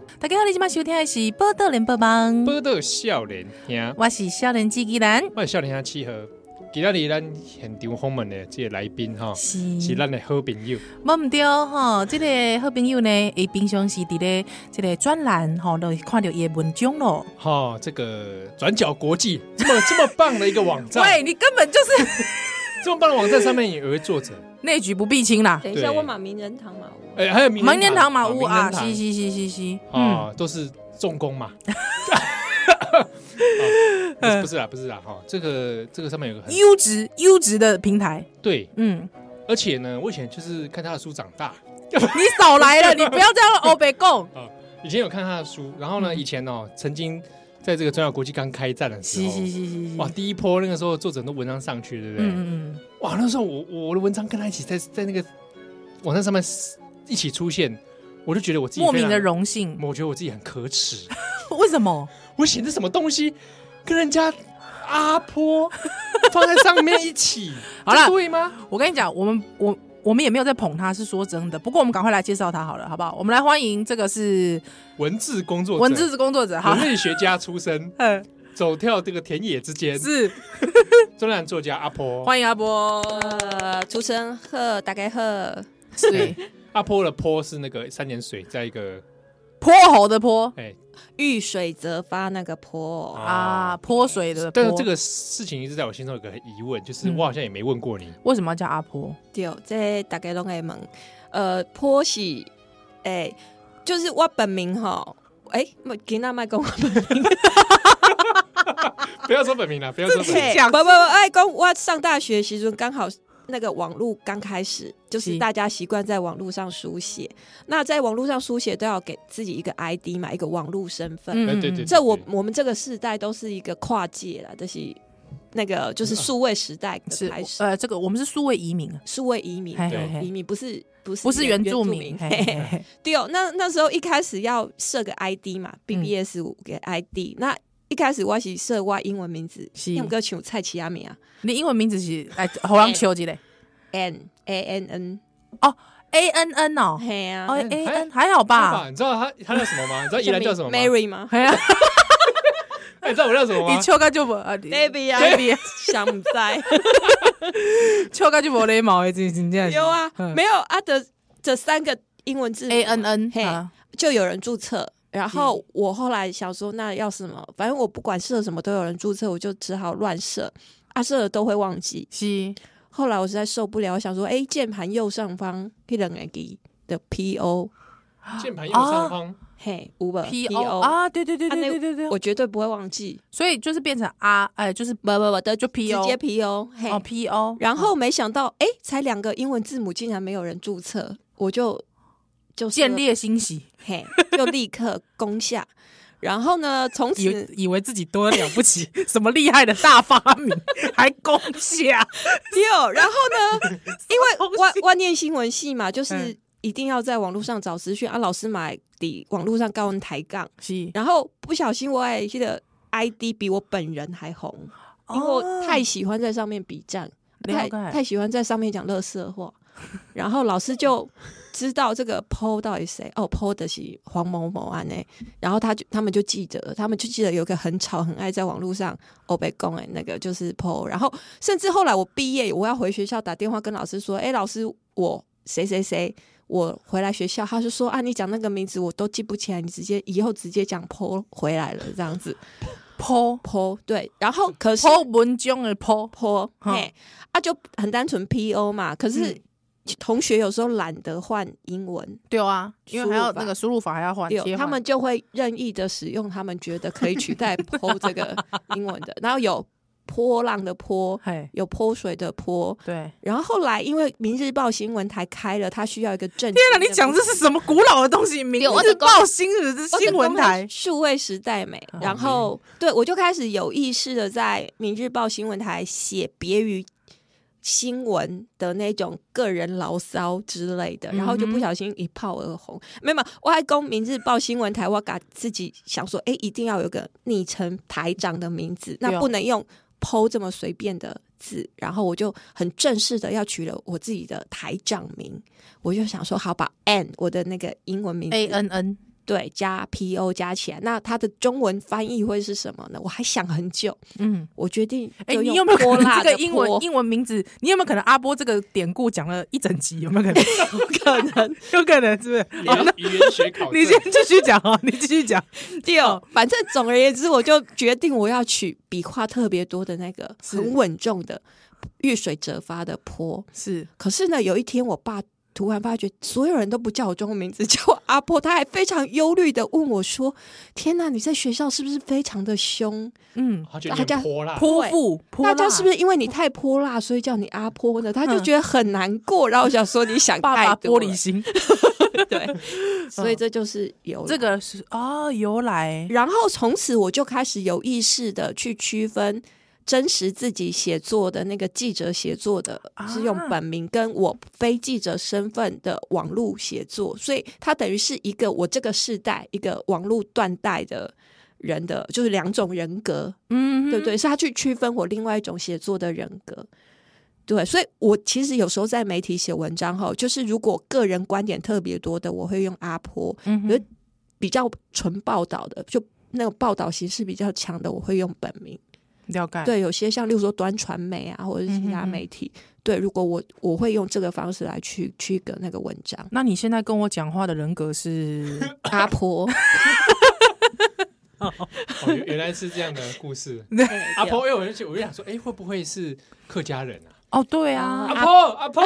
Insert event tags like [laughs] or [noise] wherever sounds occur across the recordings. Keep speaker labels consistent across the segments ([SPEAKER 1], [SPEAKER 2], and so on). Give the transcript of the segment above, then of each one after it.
[SPEAKER 1] 麦收听的是《报道联播网》，
[SPEAKER 2] 报道少年兄，
[SPEAKER 1] 我是少年机器人，
[SPEAKER 2] 我是少年兄七号。今日咱现场访问的这个来宾吼，
[SPEAKER 1] 是
[SPEAKER 2] 哦是咱的好朋友，
[SPEAKER 1] 无毋对吼，即、个好朋友呢，伊平常时伫咧即个专栏吼，都会看到伊的文章咯。
[SPEAKER 2] 哈、这个转角国际这么这么棒的一个网站，
[SPEAKER 1] [laughs] 喂，你根本就是
[SPEAKER 2] [laughs] 这么棒的网站上面有一位作者，
[SPEAKER 1] 内举不避亲啦，
[SPEAKER 3] 等一下，
[SPEAKER 2] 对
[SPEAKER 3] 我买名人堂嘛，我
[SPEAKER 2] 哎、还有名
[SPEAKER 1] 门天堂嘛，
[SPEAKER 2] 哦
[SPEAKER 1] 有啊，
[SPEAKER 2] 名
[SPEAKER 1] 是
[SPEAKER 2] 人
[SPEAKER 1] 是是是是，
[SPEAKER 2] 堂
[SPEAKER 1] 嗯，
[SPEAKER 2] 啊，都是重
[SPEAKER 1] [laughs]
[SPEAKER 2] 工嘛。啊、不是啦，不是啦，哈、这个这个上面有个很
[SPEAKER 1] 嗯优质优质的平台，
[SPEAKER 2] 对， [laughs]
[SPEAKER 1] 嗯，
[SPEAKER 2] 而且呢，我以前就是看他的书长大，
[SPEAKER 1] 你少来了，你不要这样欧北共，
[SPEAKER 2] 以前有看他的书，然后呢，
[SPEAKER 1] 嗯
[SPEAKER 2] 以前哦，曾经在这个中角国际刚开战的时
[SPEAKER 1] 是
[SPEAKER 2] 候，
[SPEAKER 1] 是是是是，
[SPEAKER 2] 哇，第一波那个时候作者很多文章上去，对不对？
[SPEAKER 1] 嗯嗯
[SPEAKER 2] 哇，那时候我我的文章跟他一起在在那个网站上面一起出现，我就觉得我
[SPEAKER 1] 嗯，
[SPEAKER 2] 自己
[SPEAKER 1] 莫名的
[SPEAKER 2] 非常，
[SPEAKER 1] 荣
[SPEAKER 2] [laughs]
[SPEAKER 1] 幸，
[SPEAKER 2] 我觉得我自己很可耻，
[SPEAKER 1] 为什么？
[SPEAKER 2] 我写的什么东西跟人家阿坡放在上面一起，
[SPEAKER 1] [laughs] 好啦
[SPEAKER 2] 这对吗？
[SPEAKER 1] 我跟你讲，我们我我们也没有在捧他，是说真的。不过我们赶快来介绍他好了，好不好？我们来欢迎这个是
[SPEAKER 2] 文字工作者
[SPEAKER 1] 文字工作者，好
[SPEAKER 2] 人，类学家出身，
[SPEAKER 1] 嗯，
[SPEAKER 2] 走跳这个田野之
[SPEAKER 1] [laughs]
[SPEAKER 2] 间，
[SPEAKER 1] 是
[SPEAKER 2] 专栏作家阿坡。
[SPEAKER 1] 欢迎阿波，
[SPEAKER 3] 呃，出生贺，大概贺，
[SPEAKER 1] 是
[SPEAKER 2] 阿坡的坡是那个三点水，在一个
[SPEAKER 1] 泼猴的泼
[SPEAKER 2] 哎
[SPEAKER 3] 遇水则发那个泼，
[SPEAKER 1] 啊，，泼水的
[SPEAKER 2] 但是
[SPEAKER 1] 泼
[SPEAKER 2] 这个事情一直在我心中有个疑问，就是
[SPEAKER 1] 嗯
[SPEAKER 2] 我好像也没问过你，
[SPEAKER 1] 为什么要叫阿波？
[SPEAKER 3] 对，这大概拢会问，呃，泼是，哎、就是我本名吼，哎、欸，吉娜麦讲我本名，
[SPEAKER 2] 不要说本名了，不要说本名
[SPEAKER 1] 是
[SPEAKER 3] 嘿
[SPEAKER 1] 讲
[SPEAKER 3] 不不不，哎，讲我上大学的时阵刚好。那个网络刚开始，就是
[SPEAKER 1] 是
[SPEAKER 3] 大家习惯在网络上书写。那在网络上书写都要给自己一个 ID 嘛，一个网络身
[SPEAKER 1] 嗯
[SPEAKER 3] 份。
[SPEAKER 2] 哎对对
[SPEAKER 3] 这我我们这个世代都是一个跨界了，这是那个就是数位时代的
[SPEAKER 1] 嗯是
[SPEAKER 3] 开始，
[SPEAKER 1] 呃，这个我们是数位移民，啊
[SPEAKER 3] 数位移民，
[SPEAKER 1] 嘿
[SPEAKER 2] 对
[SPEAKER 1] 嘿
[SPEAKER 3] 移
[SPEAKER 1] 嘿，
[SPEAKER 3] 民不是不是
[SPEAKER 1] 不是原住民
[SPEAKER 3] 民，。
[SPEAKER 1] 嘿
[SPEAKER 3] 嘿
[SPEAKER 1] 嘿
[SPEAKER 3] 嘿
[SPEAKER 1] 嘿
[SPEAKER 3] [laughs] 对哦，那那时候一开始要设个 ID
[SPEAKER 1] 嗯
[SPEAKER 3] 嘛，BBS 五个 ID，、那一开始我是设我英文名字，
[SPEAKER 1] 是
[SPEAKER 3] 用个像蔡奇亚米啊
[SPEAKER 1] 你英文名字是哎，好像求几嘞
[SPEAKER 3] ，N A N N，
[SPEAKER 1] ？A N N 哦，
[SPEAKER 3] 嘿啊，
[SPEAKER 1] 哦
[SPEAKER 2] 嗯
[SPEAKER 1] A
[SPEAKER 2] 还
[SPEAKER 1] N 还好吧？
[SPEAKER 2] 爸，你知道他他叫什么吗？你知道依兰叫什么吗？
[SPEAKER 3] ？Mary 吗
[SPEAKER 1] 哎呀，
[SPEAKER 2] 哎你知道我叫什么吗
[SPEAKER 1] 你？笑个就无啊你
[SPEAKER 3] ？Baby
[SPEAKER 1] [laughs]
[SPEAKER 3] 啊
[SPEAKER 1] ，baby 啊
[SPEAKER 3] 想不
[SPEAKER 1] [laughs]
[SPEAKER 3] 在。
[SPEAKER 1] 笑个就无礼貌的，真真正是
[SPEAKER 3] 有啊，
[SPEAKER 1] 嗯
[SPEAKER 3] 没有啊的这三个英文字母
[SPEAKER 1] A N N
[SPEAKER 3] 嘿
[SPEAKER 1] 啊
[SPEAKER 3] 就有人注册。然
[SPEAKER 1] 嗯
[SPEAKER 3] 后我后来想说，那要什么？反正我不管设什么，都有人注册，我就只好乱设。啊，设了都会忘记。
[SPEAKER 1] 是
[SPEAKER 3] 后来我实在受不了，我想说，哎，键盘右上方一两个 G 的 P O，
[SPEAKER 2] 键盘右上方，
[SPEAKER 3] 嘿，Uber
[SPEAKER 1] P O，啊，对对对对对对对，
[SPEAKER 3] 我绝对不会忘记。
[SPEAKER 1] 所以就是变成 R，哎，就是
[SPEAKER 3] 不不不，的
[SPEAKER 1] 就 P O
[SPEAKER 3] 直接 P O，嘿
[SPEAKER 1] 哦。P O，
[SPEAKER 3] 然后没想到，哎，才两个英文字母，竟然没有人注册，我就就设
[SPEAKER 1] 见猎欣喜，
[SPEAKER 3] 嘿，就立刻攻下。然后呢，从
[SPEAKER 1] 以
[SPEAKER 3] 此
[SPEAKER 1] 以为自己多了不起， [laughs] 什么厉害的大发明， [laughs] 还攻 [laughs] 下，
[SPEAKER 3] 有，然后呢，因
[SPEAKER 1] 东西
[SPEAKER 3] 为万万念新闻系嘛，就是
[SPEAKER 1] 嗯
[SPEAKER 3] 一定要在网络上找资讯啊，老师买底网络上高人抬杠，
[SPEAKER 1] 是，
[SPEAKER 3] 然后不小心我也记得 ID 比我本人还红，因为我太喜欢在上面比战，
[SPEAKER 1] 哦
[SPEAKER 3] 太
[SPEAKER 1] 了解
[SPEAKER 3] 太喜欢在上面讲乐色话， [laughs] 然后老师就知道这个 PO 到底谁哦，PO 的是黄某某啊呢，然后他就他们就记得，他们就记得有一个很吵很爱在网络上欧北公哎那个就是 PO，然后甚至后来我毕业，我要回学校打电话跟老师说，哎，老师我谁谁谁。我回来学校，他就说啊，你讲那个名字我都记不起来，你直接以后直接讲 PO 回来了这样子
[SPEAKER 1] 剖
[SPEAKER 3] PO 对，然后可是
[SPEAKER 1] 剖文章的剖，
[SPEAKER 3] 坡，
[SPEAKER 1] 嗯
[SPEAKER 3] 嘿，啊就很单纯 P O 嘛。可是
[SPEAKER 1] 嗯
[SPEAKER 3] 同学有时候懒得换英文，
[SPEAKER 1] 对啊，因为还要那个输入法还要换，
[SPEAKER 3] 有
[SPEAKER 1] 切换
[SPEAKER 3] 他们就会任意的使用他们觉得可以取代
[SPEAKER 1] [laughs]
[SPEAKER 3] Po 这个英文的，然后有波浪的波，
[SPEAKER 1] 嘿，
[SPEAKER 3] 有泼水的泼。
[SPEAKER 1] 对，
[SPEAKER 3] 然后后来因为《明日报》新闻台开了，它需要一个正。天
[SPEAKER 1] 天哪，你讲这是什么古老的东西？明
[SPEAKER 3] 对我
[SPEAKER 1] 日
[SPEAKER 3] 的
[SPEAKER 1] 报、新日之新闻台，哦
[SPEAKER 3] 数位时代美，
[SPEAKER 1] 好
[SPEAKER 3] 然后对我就开始有意识的在《明日报》新闻台写别于新闻的那种个人牢骚之类的，
[SPEAKER 1] 嗯哼
[SPEAKER 3] 然后就不小心一炮而红。没有，没有我还攻《明日报》新闻台，我给自己想说，哎，一定要有个昵称台长的名字，
[SPEAKER 1] 对哦
[SPEAKER 3] 那不能用“剖”这么随便的。字，然后我就很正式的要取了我自己的台长名，我就想说，好把 N 我的那个英文名字
[SPEAKER 1] A N N
[SPEAKER 3] 对加 PO 加起来，那它的中文翻译会是什么呢？我还想很久，
[SPEAKER 1] 嗯，
[SPEAKER 3] 我决定
[SPEAKER 1] 哎、
[SPEAKER 3] 就
[SPEAKER 1] 你
[SPEAKER 3] 用
[SPEAKER 1] 有没有
[SPEAKER 3] 泼
[SPEAKER 1] 可能
[SPEAKER 3] 辣
[SPEAKER 1] 这个
[SPEAKER 3] 的
[SPEAKER 1] 英
[SPEAKER 3] 泼
[SPEAKER 1] 文英文名字？你有没有可能阿波这个典故讲了一整集？有没有可
[SPEAKER 3] [laughs]
[SPEAKER 1] 能？
[SPEAKER 3] 可能
[SPEAKER 1] 有可能是不是？好，那
[SPEAKER 2] 语言语言学考证
[SPEAKER 1] 你先继续讲啊，你继续讲。哦
[SPEAKER 3] 掉。反正总而言之，我就决定我要取笔画特别多的那个
[SPEAKER 1] 是
[SPEAKER 3] 很稳重的遇水则发的坡。
[SPEAKER 1] 是
[SPEAKER 3] 可是呢，有一天我爸突然发觉所有人都不叫我中文名字， [laughs] 叫我阿波，他还非常忧虑的问我说：“天哪，你在学校是不是非常的凶？
[SPEAKER 1] 嗯，
[SPEAKER 2] 他就
[SPEAKER 3] 大家
[SPEAKER 2] 点泼辣，
[SPEAKER 1] 泼妇，泼
[SPEAKER 3] 啊大
[SPEAKER 1] 辣
[SPEAKER 3] 家是不是因为你太泼辣，所以叫你阿波呢？”他就
[SPEAKER 1] 嗯
[SPEAKER 3] 觉得很难过。然后我想说，你想
[SPEAKER 1] [laughs] 爸
[SPEAKER 3] 太
[SPEAKER 1] 爸
[SPEAKER 3] 多
[SPEAKER 1] 玻
[SPEAKER 3] 了
[SPEAKER 1] 璃， [laughs] 心？
[SPEAKER 3] [laughs] 对，所以这就是有
[SPEAKER 1] 这个是哦，由来
[SPEAKER 3] 然后从此我就开始有意识的去区分真实自己写作的那个记者写作的
[SPEAKER 1] 啊
[SPEAKER 3] 是用本名，跟我非记者身份的网络写作，所以它等于是一个我这个世代一个网络断代的。人的就是两种人格，
[SPEAKER 1] 嗯
[SPEAKER 3] 对不对？是他去区分我另外一种写作的人格。对，所以我其实有时候在媒体写文章后，就是如果个人观点特别多的，我会用阿婆；
[SPEAKER 1] 嗯哼
[SPEAKER 3] 比如比较纯报道的，就那个报道形式比较强的，我会用本名。
[SPEAKER 1] 了解。
[SPEAKER 3] 对，有些像例如说端传媒啊，或者是其
[SPEAKER 1] 嗯
[SPEAKER 3] 他
[SPEAKER 1] 哼哼。
[SPEAKER 3] 媒体，对，如果我我会用这个方式来去区隔那个文章
[SPEAKER 1] 那你现在跟我讲话的人格是
[SPEAKER 3] [laughs] 阿
[SPEAKER 1] [laughs]
[SPEAKER 3] 婆，
[SPEAKER 2] 哦原原来是这样的故事。阿
[SPEAKER 3] 阿
[SPEAKER 2] 婆，因为我就觉得我就想说，哎，会不会是客家人啊？
[SPEAKER 1] 哦，对啊
[SPEAKER 3] 啊，
[SPEAKER 2] 阿婆，阿婆，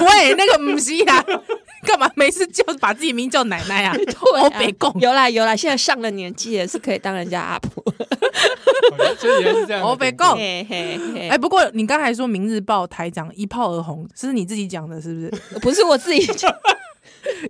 [SPEAKER 1] 喂，那个不是啊， [laughs] 干嘛每次叫把自己名叫奶
[SPEAKER 3] [laughs]
[SPEAKER 1] 奶啊？我北贡，
[SPEAKER 3] 有啦有啦，现在上了年纪也是可以当人家阿婆。
[SPEAKER 2] 哦所以原来是这样的典故。
[SPEAKER 1] 我被告
[SPEAKER 3] 嘿嘿嘿，
[SPEAKER 1] 哎，不过你刚才说《明日报》台长一炮而红，是你自己讲的，是不是？ [laughs]
[SPEAKER 3] 不是我自己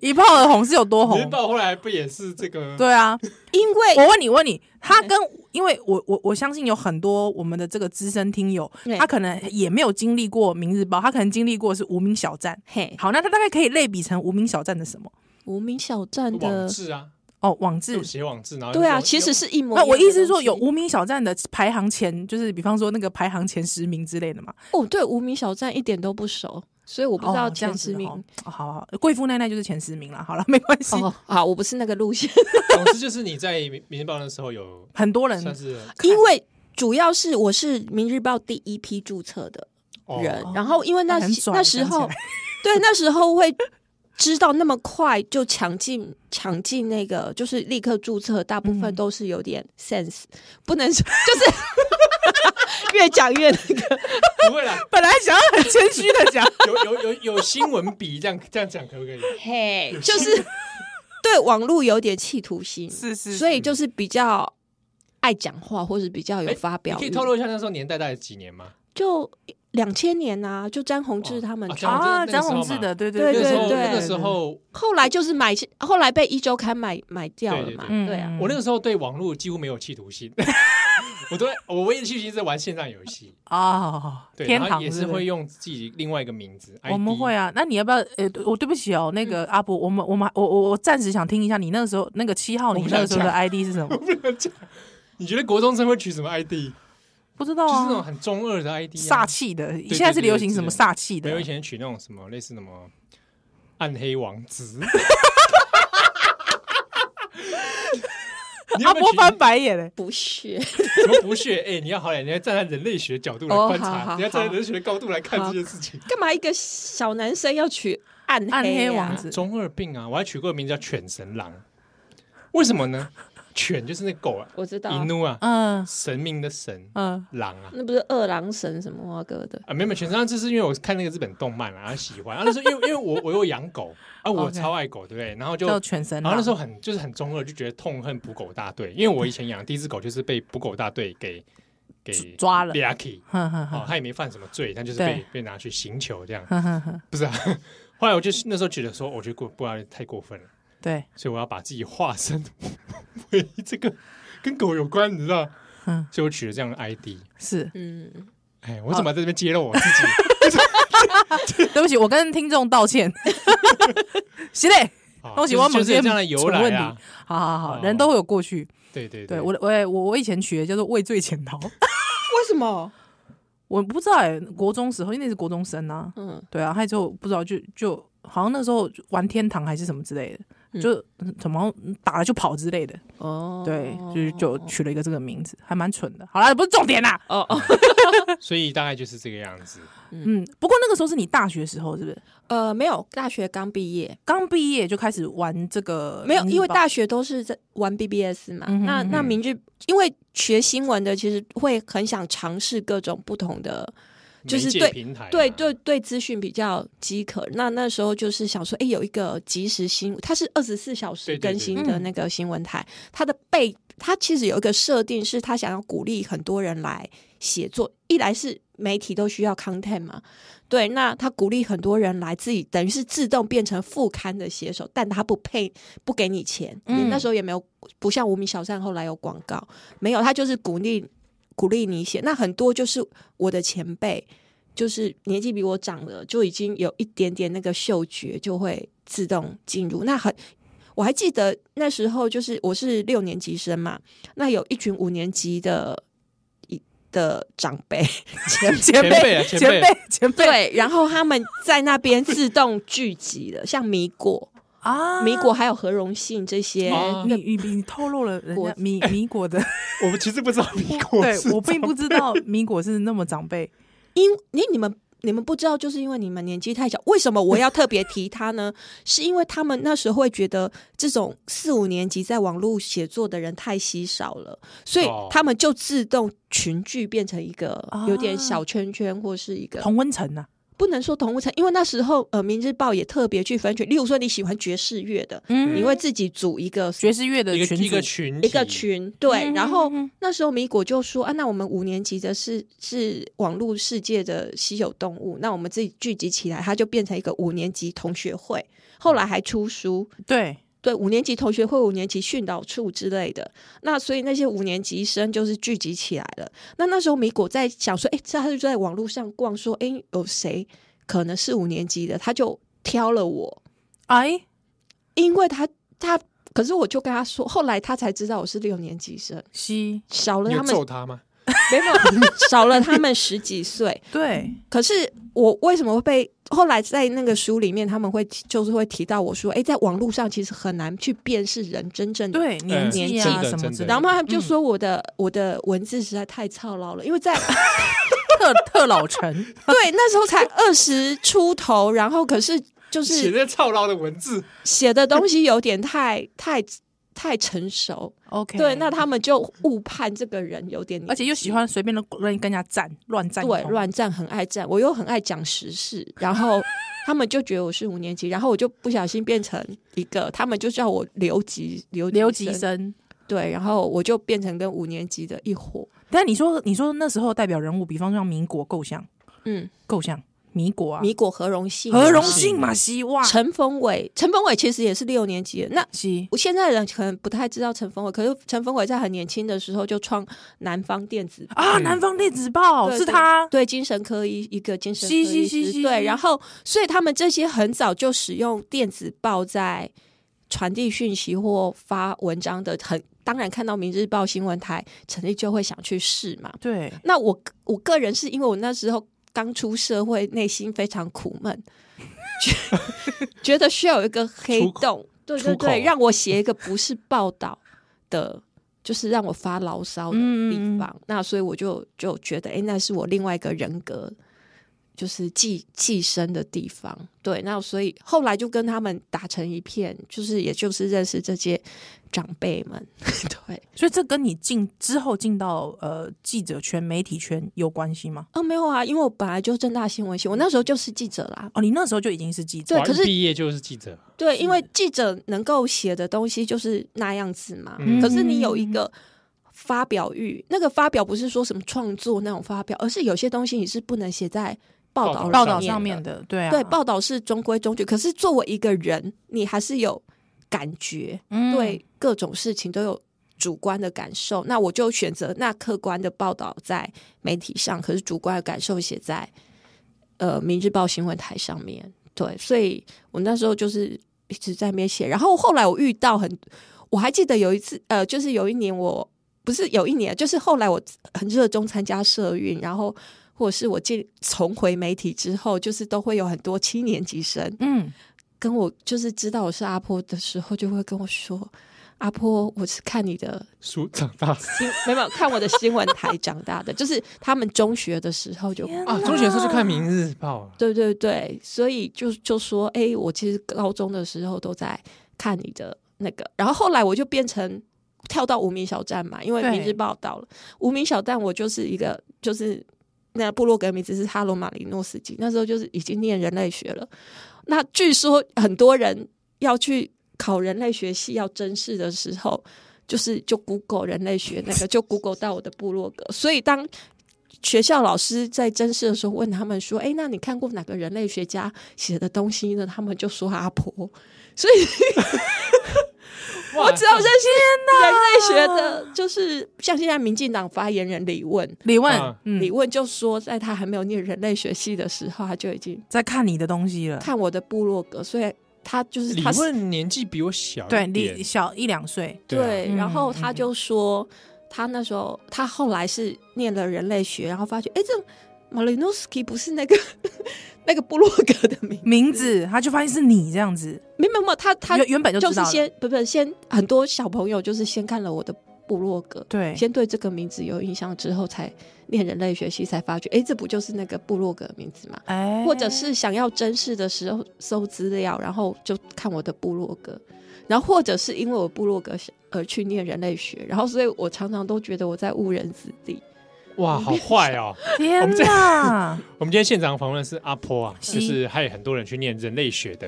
[SPEAKER 1] 一炮而红是有多
[SPEAKER 2] 日
[SPEAKER 1] 红？
[SPEAKER 2] 报后来不也是这个？
[SPEAKER 1] 哦对啊，
[SPEAKER 3] 因为
[SPEAKER 1] 我问你，问你，他跟因为我我我相信有很多我们的这个资深听友，
[SPEAKER 3] 对
[SPEAKER 1] 他可能也没有经历过《明日报》，他可能经历过是无名小站。
[SPEAKER 3] 嘿
[SPEAKER 1] 好，那他大概可以类比成无名小站的什么？
[SPEAKER 3] 无名小站
[SPEAKER 2] 网
[SPEAKER 3] 的，
[SPEAKER 2] 志啊，
[SPEAKER 1] 哦，网志
[SPEAKER 2] 就。写网志，然后
[SPEAKER 3] 对啊，
[SPEAKER 2] 用
[SPEAKER 3] 其实是一模一
[SPEAKER 1] 那
[SPEAKER 3] 样的
[SPEAKER 1] 我
[SPEAKER 3] 东西。
[SPEAKER 1] 意思是说，有无名小站的排行前，就是比方说那个排行前十名之类的嘛。
[SPEAKER 3] 哦，对无名小站一点都不熟，所以我不知道
[SPEAKER 1] 哦这样
[SPEAKER 3] 前
[SPEAKER 1] 子
[SPEAKER 3] 十名。
[SPEAKER 1] 哦哦好好，贵妇奈奈就是前十名了。好了，没关系，
[SPEAKER 3] 哦，好，我不是那个
[SPEAKER 1] [laughs]
[SPEAKER 3] 路线，
[SPEAKER 2] 总之就是你在《明日报》的时候有
[SPEAKER 1] 很多人
[SPEAKER 2] 算是
[SPEAKER 3] 因为主要是我是《明日报》第一批注册的
[SPEAKER 2] 哦
[SPEAKER 3] 人，
[SPEAKER 1] 哦
[SPEAKER 3] 然后因为那
[SPEAKER 1] 很
[SPEAKER 3] 时
[SPEAKER 1] 拽
[SPEAKER 3] 那时
[SPEAKER 1] 想起
[SPEAKER 3] 候
[SPEAKER 1] 来，
[SPEAKER 3] 对那时候会知道那么快就抢进抢进那个，就是立刻注册，大部分
[SPEAKER 1] 嗯
[SPEAKER 3] 都是有点 sense，、不能说就是 [laughs] 越讲越那个。
[SPEAKER 2] 不会啦，
[SPEAKER 1] 本来想要很谦虚的讲，
[SPEAKER 2] 有有有有新闻比这样这样讲可不可以？
[SPEAKER 3] 嘿，就是对网络有点企图心，
[SPEAKER 1] [laughs] 是是，
[SPEAKER 3] 所以就是比较爱讲话，或是比较有发
[SPEAKER 2] 你
[SPEAKER 3] 表
[SPEAKER 2] 可
[SPEAKER 3] 欲
[SPEAKER 2] 以。透露一下那时候年代大概几年吗？
[SPEAKER 3] 就两千年啊，就詹宏志他们
[SPEAKER 2] 哦啊
[SPEAKER 3] 创，
[SPEAKER 2] 张
[SPEAKER 1] 啊，
[SPEAKER 2] 就是
[SPEAKER 1] 张
[SPEAKER 2] 那个时
[SPEAKER 1] 宏
[SPEAKER 2] 候
[SPEAKER 1] 志
[SPEAKER 2] 嘛
[SPEAKER 1] 的，对
[SPEAKER 3] 对
[SPEAKER 2] 那
[SPEAKER 1] 对
[SPEAKER 2] 个时候
[SPEAKER 3] 对
[SPEAKER 2] 那个时候，
[SPEAKER 3] 后来就是买，后来被一周刊买买掉了嘛。
[SPEAKER 1] 嗯
[SPEAKER 3] 对啊，
[SPEAKER 2] 我那个时候对网络几乎没有企图心， [laughs] 我都在我唯一的企图心是在玩线上游戏，
[SPEAKER 1] 哦，
[SPEAKER 2] 对，
[SPEAKER 1] 天
[SPEAKER 2] 然后
[SPEAKER 1] 堂
[SPEAKER 2] 也
[SPEAKER 1] 不
[SPEAKER 2] 是会用自己另外一个名字，
[SPEAKER 1] 我们
[SPEAKER 2] ID
[SPEAKER 1] 会啊，那你要不要？呃，我对不起哦，那
[SPEAKER 2] 嗯
[SPEAKER 1] 个阿伯，我们我们我我我暂时想听一下你那个时候那个七号，
[SPEAKER 2] 我
[SPEAKER 1] 你
[SPEAKER 2] 不
[SPEAKER 1] 那个
[SPEAKER 2] 想
[SPEAKER 1] 时候的
[SPEAKER 2] 讲
[SPEAKER 1] ID 是什么？
[SPEAKER 2] 你觉得国中生会取什么 ID？、
[SPEAKER 1] [laughs] 不知道
[SPEAKER 2] 就是那种
[SPEAKER 1] 啊，
[SPEAKER 2] 很中二的 ID，、啊、
[SPEAKER 1] 煞气的，
[SPEAKER 2] 对
[SPEAKER 1] 现在是
[SPEAKER 2] 对
[SPEAKER 1] 流行
[SPEAKER 2] 之
[SPEAKER 1] 什么
[SPEAKER 2] 类
[SPEAKER 1] 煞气
[SPEAKER 2] 没
[SPEAKER 1] 的
[SPEAKER 2] 有以？前取那种什么类似什么暗黑
[SPEAKER 1] [laughs]
[SPEAKER 2] 王子。你有
[SPEAKER 1] 阿
[SPEAKER 2] 没有
[SPEAKER 1] 波
[SPEAKER 2] 取
[SPEAKER 1] 翻白眼嘞，
[SPEAKER 3] 不是，
[SPEAKER 2] 什么不 [laughs] 屑？哎、你要好歹，你要站在人类学角度来
[SPEAKER 3] 哦
[SPEAKER 2] 观察，
[SPEAKER 3] 好好
[SPEAKER 2] 你要站在
[SPEAKER 3] 好
[SPEAKER 2] 人类学的高度来看这件事情。
[SPEAKER 3] 干嘛一个小男生要取暗黑、啊、
[SPEAKER 1] 暗黑王子
[SPEAKER 2] 中二病啊！我还取过个名字叫犬神狼，为什么呢？犬就是那狗啊，
[SPEAKER 3] 我知道啊、
[SPEAKER 2] 一怒啊，
[SPEAKER 1] 嗯
[SPEAKER 2] 神明的神，
[SPEAKER 1] 嗯，
[SPEAKER 2] 狼啊。
[SPEAKER 3] 那不是二郎神什么花哥的？，
[SPEAKER 2] 啊，没有，没有犬神狼，这是因为我看那个日本动漫啊，然后喜欢，然后那时候因为因为我我有养狗啊，我
[SPEAKER 1] OK
[SPEAKER 2] 超爱狗，对不对？然后就
[SPEAKER 1] 叫啊犬神
[SPEAKER 2] 然后
[SPEAKER 1] 狼
[SPEAKER 2] 那时候很就是很中二，就觉得痛恨捕狗大队，因为我以前养的第一只狗就是被捕狗大队给给
[SPEAKER 1] 抓了，
[SPEAKER 2] Lucky
[SPEAKER 1] 哼哼
[SPEAKER 2] 哦
[SPEAKER 1] 哼，
[SPEAKER 2] 他也没犯什么罪，但就是
[SPEAKER 1] 对
[SPEAKER 2] 被被拿去刑求这样，
[SPEAKER 1] 哼哼哼，
[SPEAKER 2] 不是啊。后来我就那时候觉得说，我觉得过不然太过分了，
[SPEAKER 1] 对，
[SPEAKER 2] 所以我要把自己化身为 [laughs] 这个跟狗有关，你知道？
[SPEAKER 1] 嗯
[SPEAKER 2] 所以我取了这样的 ID。
[SPEAKER 1] 是
[SPEAKER 2] [laughs]
[SPEAKER 3] 嗯，
[SPEAKER 2] 哎，我怎么在这边揭露我自己？
[SPEAKER 1] 对不起，我跟听众道歉， [laughs] 是嘞，
[SPEAKER 2] 啊
[SPEAKER 1] 恭喜
[SPEAKER 2] 就是
[SPEAKER 1] 我们
[SPEAKER 2] 就是
[SPEAKER 1] 今天
[SPEAKER 2] 有这样的由来
[SPEAKER 1] 蠢问
[SPEAKER 2] 啊
[SPEAKER 1] 题！好好好，
[SPEAKER 2] 哦
[SPEAKER 1] 人都会有过去，
[SPEAKER 2] 对对
[SPEAKER 1] 对我的我也我我以前学叫做畏罪潜逃， [laughs]
[SPEAKER 3] 为什么？
[SPEAKER 1] 我不知道哎，国中时候因为那是国中生啊，
[SPEAKER 3] 嗯，
[SPEAKER 1] 对啊，还之后不知道就就好像那时候玩天堂还是什么之类的，就嗯怎么打了就跑之类的，
[SPEAKER 3] 哦，
[SPEAKER 1] 对，就是就取了一个这个名字，还蛮蠢的。好啦，不是重点啦，
[SPEAKER 3] 哦哦，
[SPEAKER 2] 所以大概就是这个样子。
[SPEAKER 1] 嗯，不过那个时候是你大学时候是不是？
[SPEAKER 3] 呃，没有，大学刚毕业，
[SPEAKER 1] 刚毕业就开始玩这个
[SPEAKER 3] [laughs] 没有，
[SPEAKER 1] 民意
[SPEAKER 3] 因为
[SPEAKER 1] 报
[SPEAKER 3] 大学都是在玩 BBS 嘛。
[SPEAKER 1] 嗯哼
[SPEAKER 3] 那
[SPEAKER 1] 嗯哼
[SPEAKER 3] 那明日，因为学新闻的，其实会很想尝试各种不同的，就是
[SPEAKER 2] 媒介
[SPEAKER 3] 对
[SPEAKER 2] 平台嘛，啊
[SPEAKER 3] 对对对，资讯比较饥渴。那那时候就是想说，哎，有一个即时新，它是二十四小
[SPEAKER 2] 对
[SPEAKER 3] 时
[SPEAKER 2] 对对
[SPEAKER 3] 更新
[SPEAKER 1] 对
[SPEAKER 3] 的那个新闻台，它的背，它其实有一个设定，是它想要鼓励很多人来写作。一来是媒体都需要 content 嘛，对，那他鼓励很多人来自己，等于是自动变成副刊的写手，但他不配不给你钱，
[SPEAKER 1] 嗯
[SPEAKER 3] 那时候也没有不像无名小站后来有广告，没有，他就是鼓励鼓励你写。那很多就是我的前辈，就是年纪比我长的，就已经有一点点那个嗅觉，就会自动进入。那很。我还记得那时候，就是我是六年级生嘛，那有一群五年级的一的长 [laughs] 辈前
[SPEAKER 1] 前
[SPEAKER 2] 前辈
[SPEAKER 1] 辈
[SPEAKER 2] 啊
[SPEAKER 1] 前
[SPEAKER 2] 前辈
[SPEAKER 1] 辈前辈
[SPEAKER 3] 对，然后他们在那边自动聚集了，像米果、
[SPEAKER 1] 啊
[SPEAKER 3] 米果还有何荣信这些，
[SPEAKER 2] 哦
[SPEAKER 1] 你你你透露了人
[SPEAKER 3] 果
[SPEAKER 1] 家
[SPEAKER 3] 子
[SPEAKER 1] 米米果的，
[SPEAKER 2] 我们其实不知道米果
[SPEAKER 1] 对
[SPEAKER 2] 是
[SPEAKER 1] 我并不知道米果是那么长辈，
[SPEAKER 3] 因你你们你们不知道，就是因为你们年纪太小。为什么我要特别提他呢？ [laughs] 是因为他们那时候会觉得这种四五年级在网络写作的人太稀少了，所以
[SPEAKER 2] 哦
[SPEAKER 3] 他们就自动群聚变成一个
[SPEAKER 1] 啊
[SPEAKER 3] 有点小圈圈，或是一个
[SPEAKER 1] 同温层啊呐，
[SPEAKER 3] 不能说同物层，因为那时候呃，《明日报》也特别去分群。例如说，你喜欢爵士乐的，
[SPEAKER 1] 嗯
[SPEAKER 3] 你会自己组一个
[SPEAKER 1] 爵士乐的
[SPEAKER 2] 一个
[SPEAKER 1] 群
[SPEAKER 2] 一个
[SPEAKER 1] 组
[SPEAKER 2] 群
[SPEAKER 3] 一个
[SPEAKER 2] 体，
[SPEAKER 3] 群，对。
[SPEAKER 1] 嗯
[SPEAKER 3] 然后
[SPEAKER 1] 嗯嗯
[SPEAKER 3] 那时候米果就说：“啊，那我们五年级的是是网络世界的稀有动物，那我们自己聚集起来，它就变成一个五年级同学会。后来还出书，
[SPEAKER 1] 对，
[SPEAKER 3] 对五年级同学会、五年级训导处之类的。那所以那些五年级生就是聚集起来了。那那时候米果在想说，哎，这他就在网络上逛，说，哎，有谁可能是五年级的，他就挑了我。”
[SPEAKER 1] 哎，
[SPEAKER 3] 因为他他，可是我就跟他说，后来他才知道我是六年级生，
[SPEAKER 1] 西
[SPEAKER 3] 少了
[SPEAKER 2] 你有
[SPEAKER 3] 他们
[SPEAKER 2] 揍他吗？
[SPEAKER 3] 没有少了他们十几岁。
[SPEAKER 1] 对，
[SPEAKER 3] 可是我为什么会被后来在那个书里面他们会提就是会提到我说，哎，在网络上其实很难去辨识人真正的。
[SPEAKER 1] 对年纪啊
[SPEAKER 2] 嗯真的
[SPEAKER 1] 什么之类的，
[SPEAKER 2] 真的
[SPEAKER 3] 然后他们就说我的、我的文字实在太操劳了，因
[SPEAKER 1] [laughs]
[SPEAKER 3] 为在
[SPEAKER 1] 特特老成，
[SPEAKER 3] 对那时候才二十出头，然后可是就
[SPEAKER 2] 写
[SPEAKER 3] 是
[SPEAKER 2] 那操劳的文字，
[SPEAKER 3] 写的东西有点太太太成熟，
[SPEAKER 1] [laughs] OK，
[SPEAKER 3] 对，那他们就误判这个人有点年纪，
[SPEAKER 1] 而且又喜欢随便的乱跟人家站乱站，
[SPEAKER 3] 对乱站，很爱站，我又很爱讲时事，然后他们就觉得我是五年级，然后我就不小心变成一个，他们就叫我留级留
[SPEAKER 1] 留级
[SPEAKER 3] 生，
[SPEAKER 1] 生。
[SPEAKER 3] 对，然后我就变成跟五年级的一伙，
[SPEAKER 1] 但你说你说那时候代表人物，比方说像民国构想
[SPEAKER 3] 嗯，
[SPEAKER 1] 构想民国啊，
[SPEAKER 3] 米果何荣信啊，
[SPEAKER 1] 何荣
[SPEAKER 2] 信
[SPEAKER 1] 信嘛西哇
[SPEAKER 3] 陈峰伟，陈峰伟其实也是六年级的，那
[SPEAKER 1] 西
[SPEAKER 3] 我现在的人可能不太知道陈峰伟，可是陈峰伟在很年轻的时候就创南方电子报
[SPEAKER 1] 啊，南方电子报
[SPEAKER 3] 对
[SPEAKER 1] 是
[SPEAKER 3] 对
[SPEAKER 1] 他
[SPEAKER 3] 对精神科医一个精神科
[SPEAKER 1] 是
[SPEAKER 3] 医
[SPEAKER 1] 是
[SPEAKER 3] 师，
[SPEAKER 1] 是是
[SPEAKER 3] 对，
[SPEAKER 1] 是
[SPEAKER 3] 然后所以他们这些很早就使用电子报在传递讯息或发文章的很，当然看到《明日报》新闻台成立就会想去试嘛。
[SPEAKER 1] 对
[SPEAKER 3] 那我我个人是因为我那时候刚出社会，内心非常苦闷，觉觉得需要有一个黑
[SPEAKER 2] 出口
[SPEAKER 3] 洞，对对
[SPEAKER 2] 出口
[SPEAKER 3] 对，让我写一个不是报道的，就是让我发牢骚的地
[SPEAKER 1] 嗯嗯嗯
[SPEAKER 3] 方。那所以我就就觉得，哎、那是我另外一个人格。就是寄寄生的地方，对，那所以后来就跟他们打成一片，就是也就是认识这些长辈们， [laughs] 对，
[SPEAKER 1] 所以这跟你进之后进到呃记者圈、媒体圈有关系吗？
[SPEAKER 3] 哦，没有啊，因为我本来就正大新闻系，我那时候就是记者啦。
[SPEAKER 1] 哦，你那时候就已经是记者，
[SPEAKER 3] 对
[SPEAKER 2] 哇
[SPEAKER 3] 可是
[SPEAKER 2] 一毕业就是记者，
[SPEAKER 3] 对，因为记者能够写的东西就是那样子嘛。
[SPEAKER 2] 嗯
[SPEAKER 3] 可是你有一个发表欲，那个发表不是说什么创作那种发表，而是有些东西你是不能写在报道
[SPEAKER 1] 报道上
[SPEAKER 3] 面
[SPEAKER 1] 面
[SPEAKER 3] 的。
[SPEAKER 1] 的，对啊，
[SPEAKER 3] 对，报道是中规中矩，可是作为一个人，你还是有感觉，
[SPEAKER 1] 嗯
[SPEAKER 3] 对各种事情都有主观的感受。那我就选择那客观的报道在媒体上，可是主观的感受写在呃《明日报》新闻台上面。对，所以我那时候就是一直在那边写。然后后来我遇到很，我还记得有一次，呃，就是有一年我不是有一年，就是后来我很热衷参加社运，然后。或者是我进重回媒体之后，就是都会有很多七年级生，
[SPEAKER 1] 嗯
[SPEAKER 3] 跟我就是知道我是阿婆的时候，就会跟我说：“阿婆，我是看你的
[SPEAKER 2] 书长大
[SPEAKER 3] 新，没有没有看我的新闻台长大的。” [laughs] 就是他们中学的时候就
[SPEAKER 1] 天
[SPEAKER 2] 啊，
[SPEAKER 1] 哪
[SPEAKER 2] 中学的时候就看《明日报》了。
[SPEAKER 3] 对对对，所以就就说，哎、我其实高中的时候都在看你的那个，然后后来我就变成跳到无名小站嘛，因为《
[SPEAKER 1] 对
[SPEAKER 3] 明日报》到了，无名小站我就是一个就是那部落格名字是哈罗马林诺斯基，那时候就是已经念人类学了。那据说很多人要去考人类学系要甄试的时候，就是就 Google 人类学那个，就 Google 到我的部落格。所以当学校老师在甄试的时候问他们说：“哎，那你看过哪个人类学家写的东西呢？”他们就说阿婆。所以
[SPEAKER 2] 哇
[SPEAKER 3] 我只有认识人类学的，就是像现在民进党发言人李问，
[SPEAKER 1] 李问
[SPEAKER 2] 啊，
[SPEAKER 1] 嗯
[SPEAKER 3] 李，问就说，在他还没有念人类学系的时候，他就已经
[SPEAKER 1] 在看你的东西了。
[SPEAKER 3] 看我的部落格，所以他就是
[SPEAKER 2] 李
[SPEAKER 3] 他是
[SPEAKER 2] 问年纪比我小一
[SPEAKER 1] 对，
[SPEAKER 2] 点
[SPEAKER 1] 你小一两岁，
[SPEAKER 2] 对啊，
[SPEAKER 3] 对，然后他
[SPEAKER 1] 嗯
[SPEAKER 3] 就说，他那时候他后来是念了人类学，然后发觉，哎，这 Malinowski 不是那个 [laughs] 那个部落格的名，
[SPEAKER 1] 名字他就发现是你这样子，
[SPEAKER 3] 没有没有没有，他他
[SPEAKER 1] 原原本就
[SPEAKER 3] 就
[SPEAKER 1] 知道
[SPEAKER 3] 是
[SPEAKER 1] 了
[SPEAKER 3] 先不不先很多小朋友就是先看了我的部落格，
[SPEAKER 1] 对
[SPEAKER 3] 先对这个名字有印象之后，才念人类学系，才发觉，哎，这不就是那个部落格的名字吗？
[SPEAKER 1] 哎，
[SPEAKER 3] 或者是想要真实的时候搜资料，然后就看我的部落格，然后或者是因为我部落格而去念人类学，然后所以我常常都觉得我在误人子弟。
[SPEAKER 2] 哇，好坏哦！ [laughs] 我
[SPEAKER 1] 天
[SPEAKER 2] 们这
[SPEAKER 1] 哪，
[SPEAKER 2] 我们今天现场访问的是阿坡啊，
[SPEAKER 1] 是
[SPEAKER 2] 就是还有很多人去念人类学的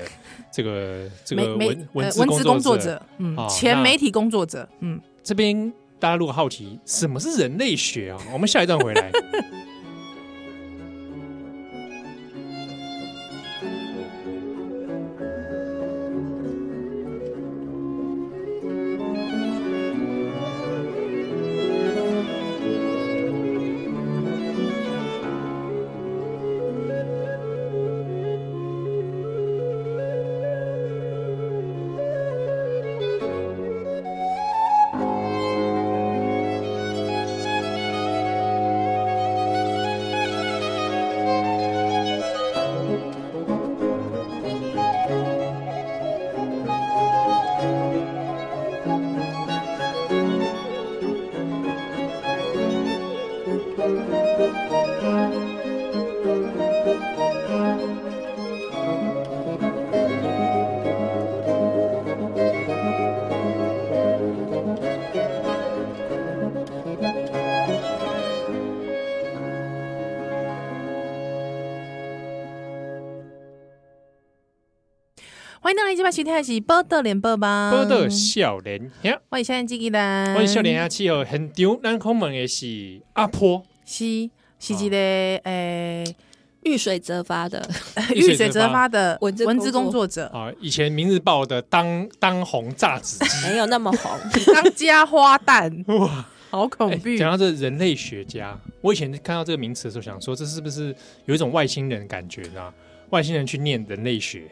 [SPEAKER 1] [laughs]
[SPEAKER 2] 这个这
[SPEAKER 1] 媒
[SPEAKER 2] 个
[SPEAKER 1] 媒
[SPEAKER 2] 文
[SPEAKER 1] 呃
[SPEAKER 2] 文
[SPEAKER 1] 文字工作
[SPEAKER 2] 者。
[SPEAKER 1] 者，嗯
[SPEAKER 2] 哦，
[SPEAKER 1] 前
[SPEAKER 2] 那
[SPEAKER 1] 媒体工作者，嗯，
[SPEAKER 2] 这边大家如果好奇什么是人类学啊，我们下一段
[SPEAKER 1] [laughs]
[SPEAKER 2] 回来。
[SPEAKER 1] 欢迎大家今晚收听的是《波特联播》吧，
[SPEAKER 2] 波的笑脸呀，
[SPEAKER 1] 我是少年机器人，
[SPEAKER 2] 我的笑脸呀，气候哦很丢。咱空门的是阿坡，
[SPEAKER 1] 是是
[SPEAKER 2] 哦
[SPEAKER 1] 一个诶，
[SPEAKER 2] [laughs]
[SPEAKER 3] 遇水则发的，
[SPEAKER 1] 遇水则发的
[SPEAKER 3] 文字
[SPEAKER 1] 文
[SPEAKER 3] 工
[SPEAKER 1] 字
[SPEAKER 3] 作
[SPEAKER 1] 工作者，
[SPEAKER 2] 啊，以前《明日报》的当当红炸子鸡。
[SPEAKER 3] 没有那么
[SPEAKER 1] [laughs]
[SPEAKER 3] 红。
[SPEAKER 1] 当家花旦，
[SPEAKER 2] [laughs] 哇！
[SPEAKER 1] 好恐
[SPEAKER 2] 哎
[SPEAKER 1] 怖，
[SPEAKER 2] 讲、到这人类学家，我以前看到这个名词的时候，想说这是不是有一种外星人的感觉，你知道吗？外星人去念人类学，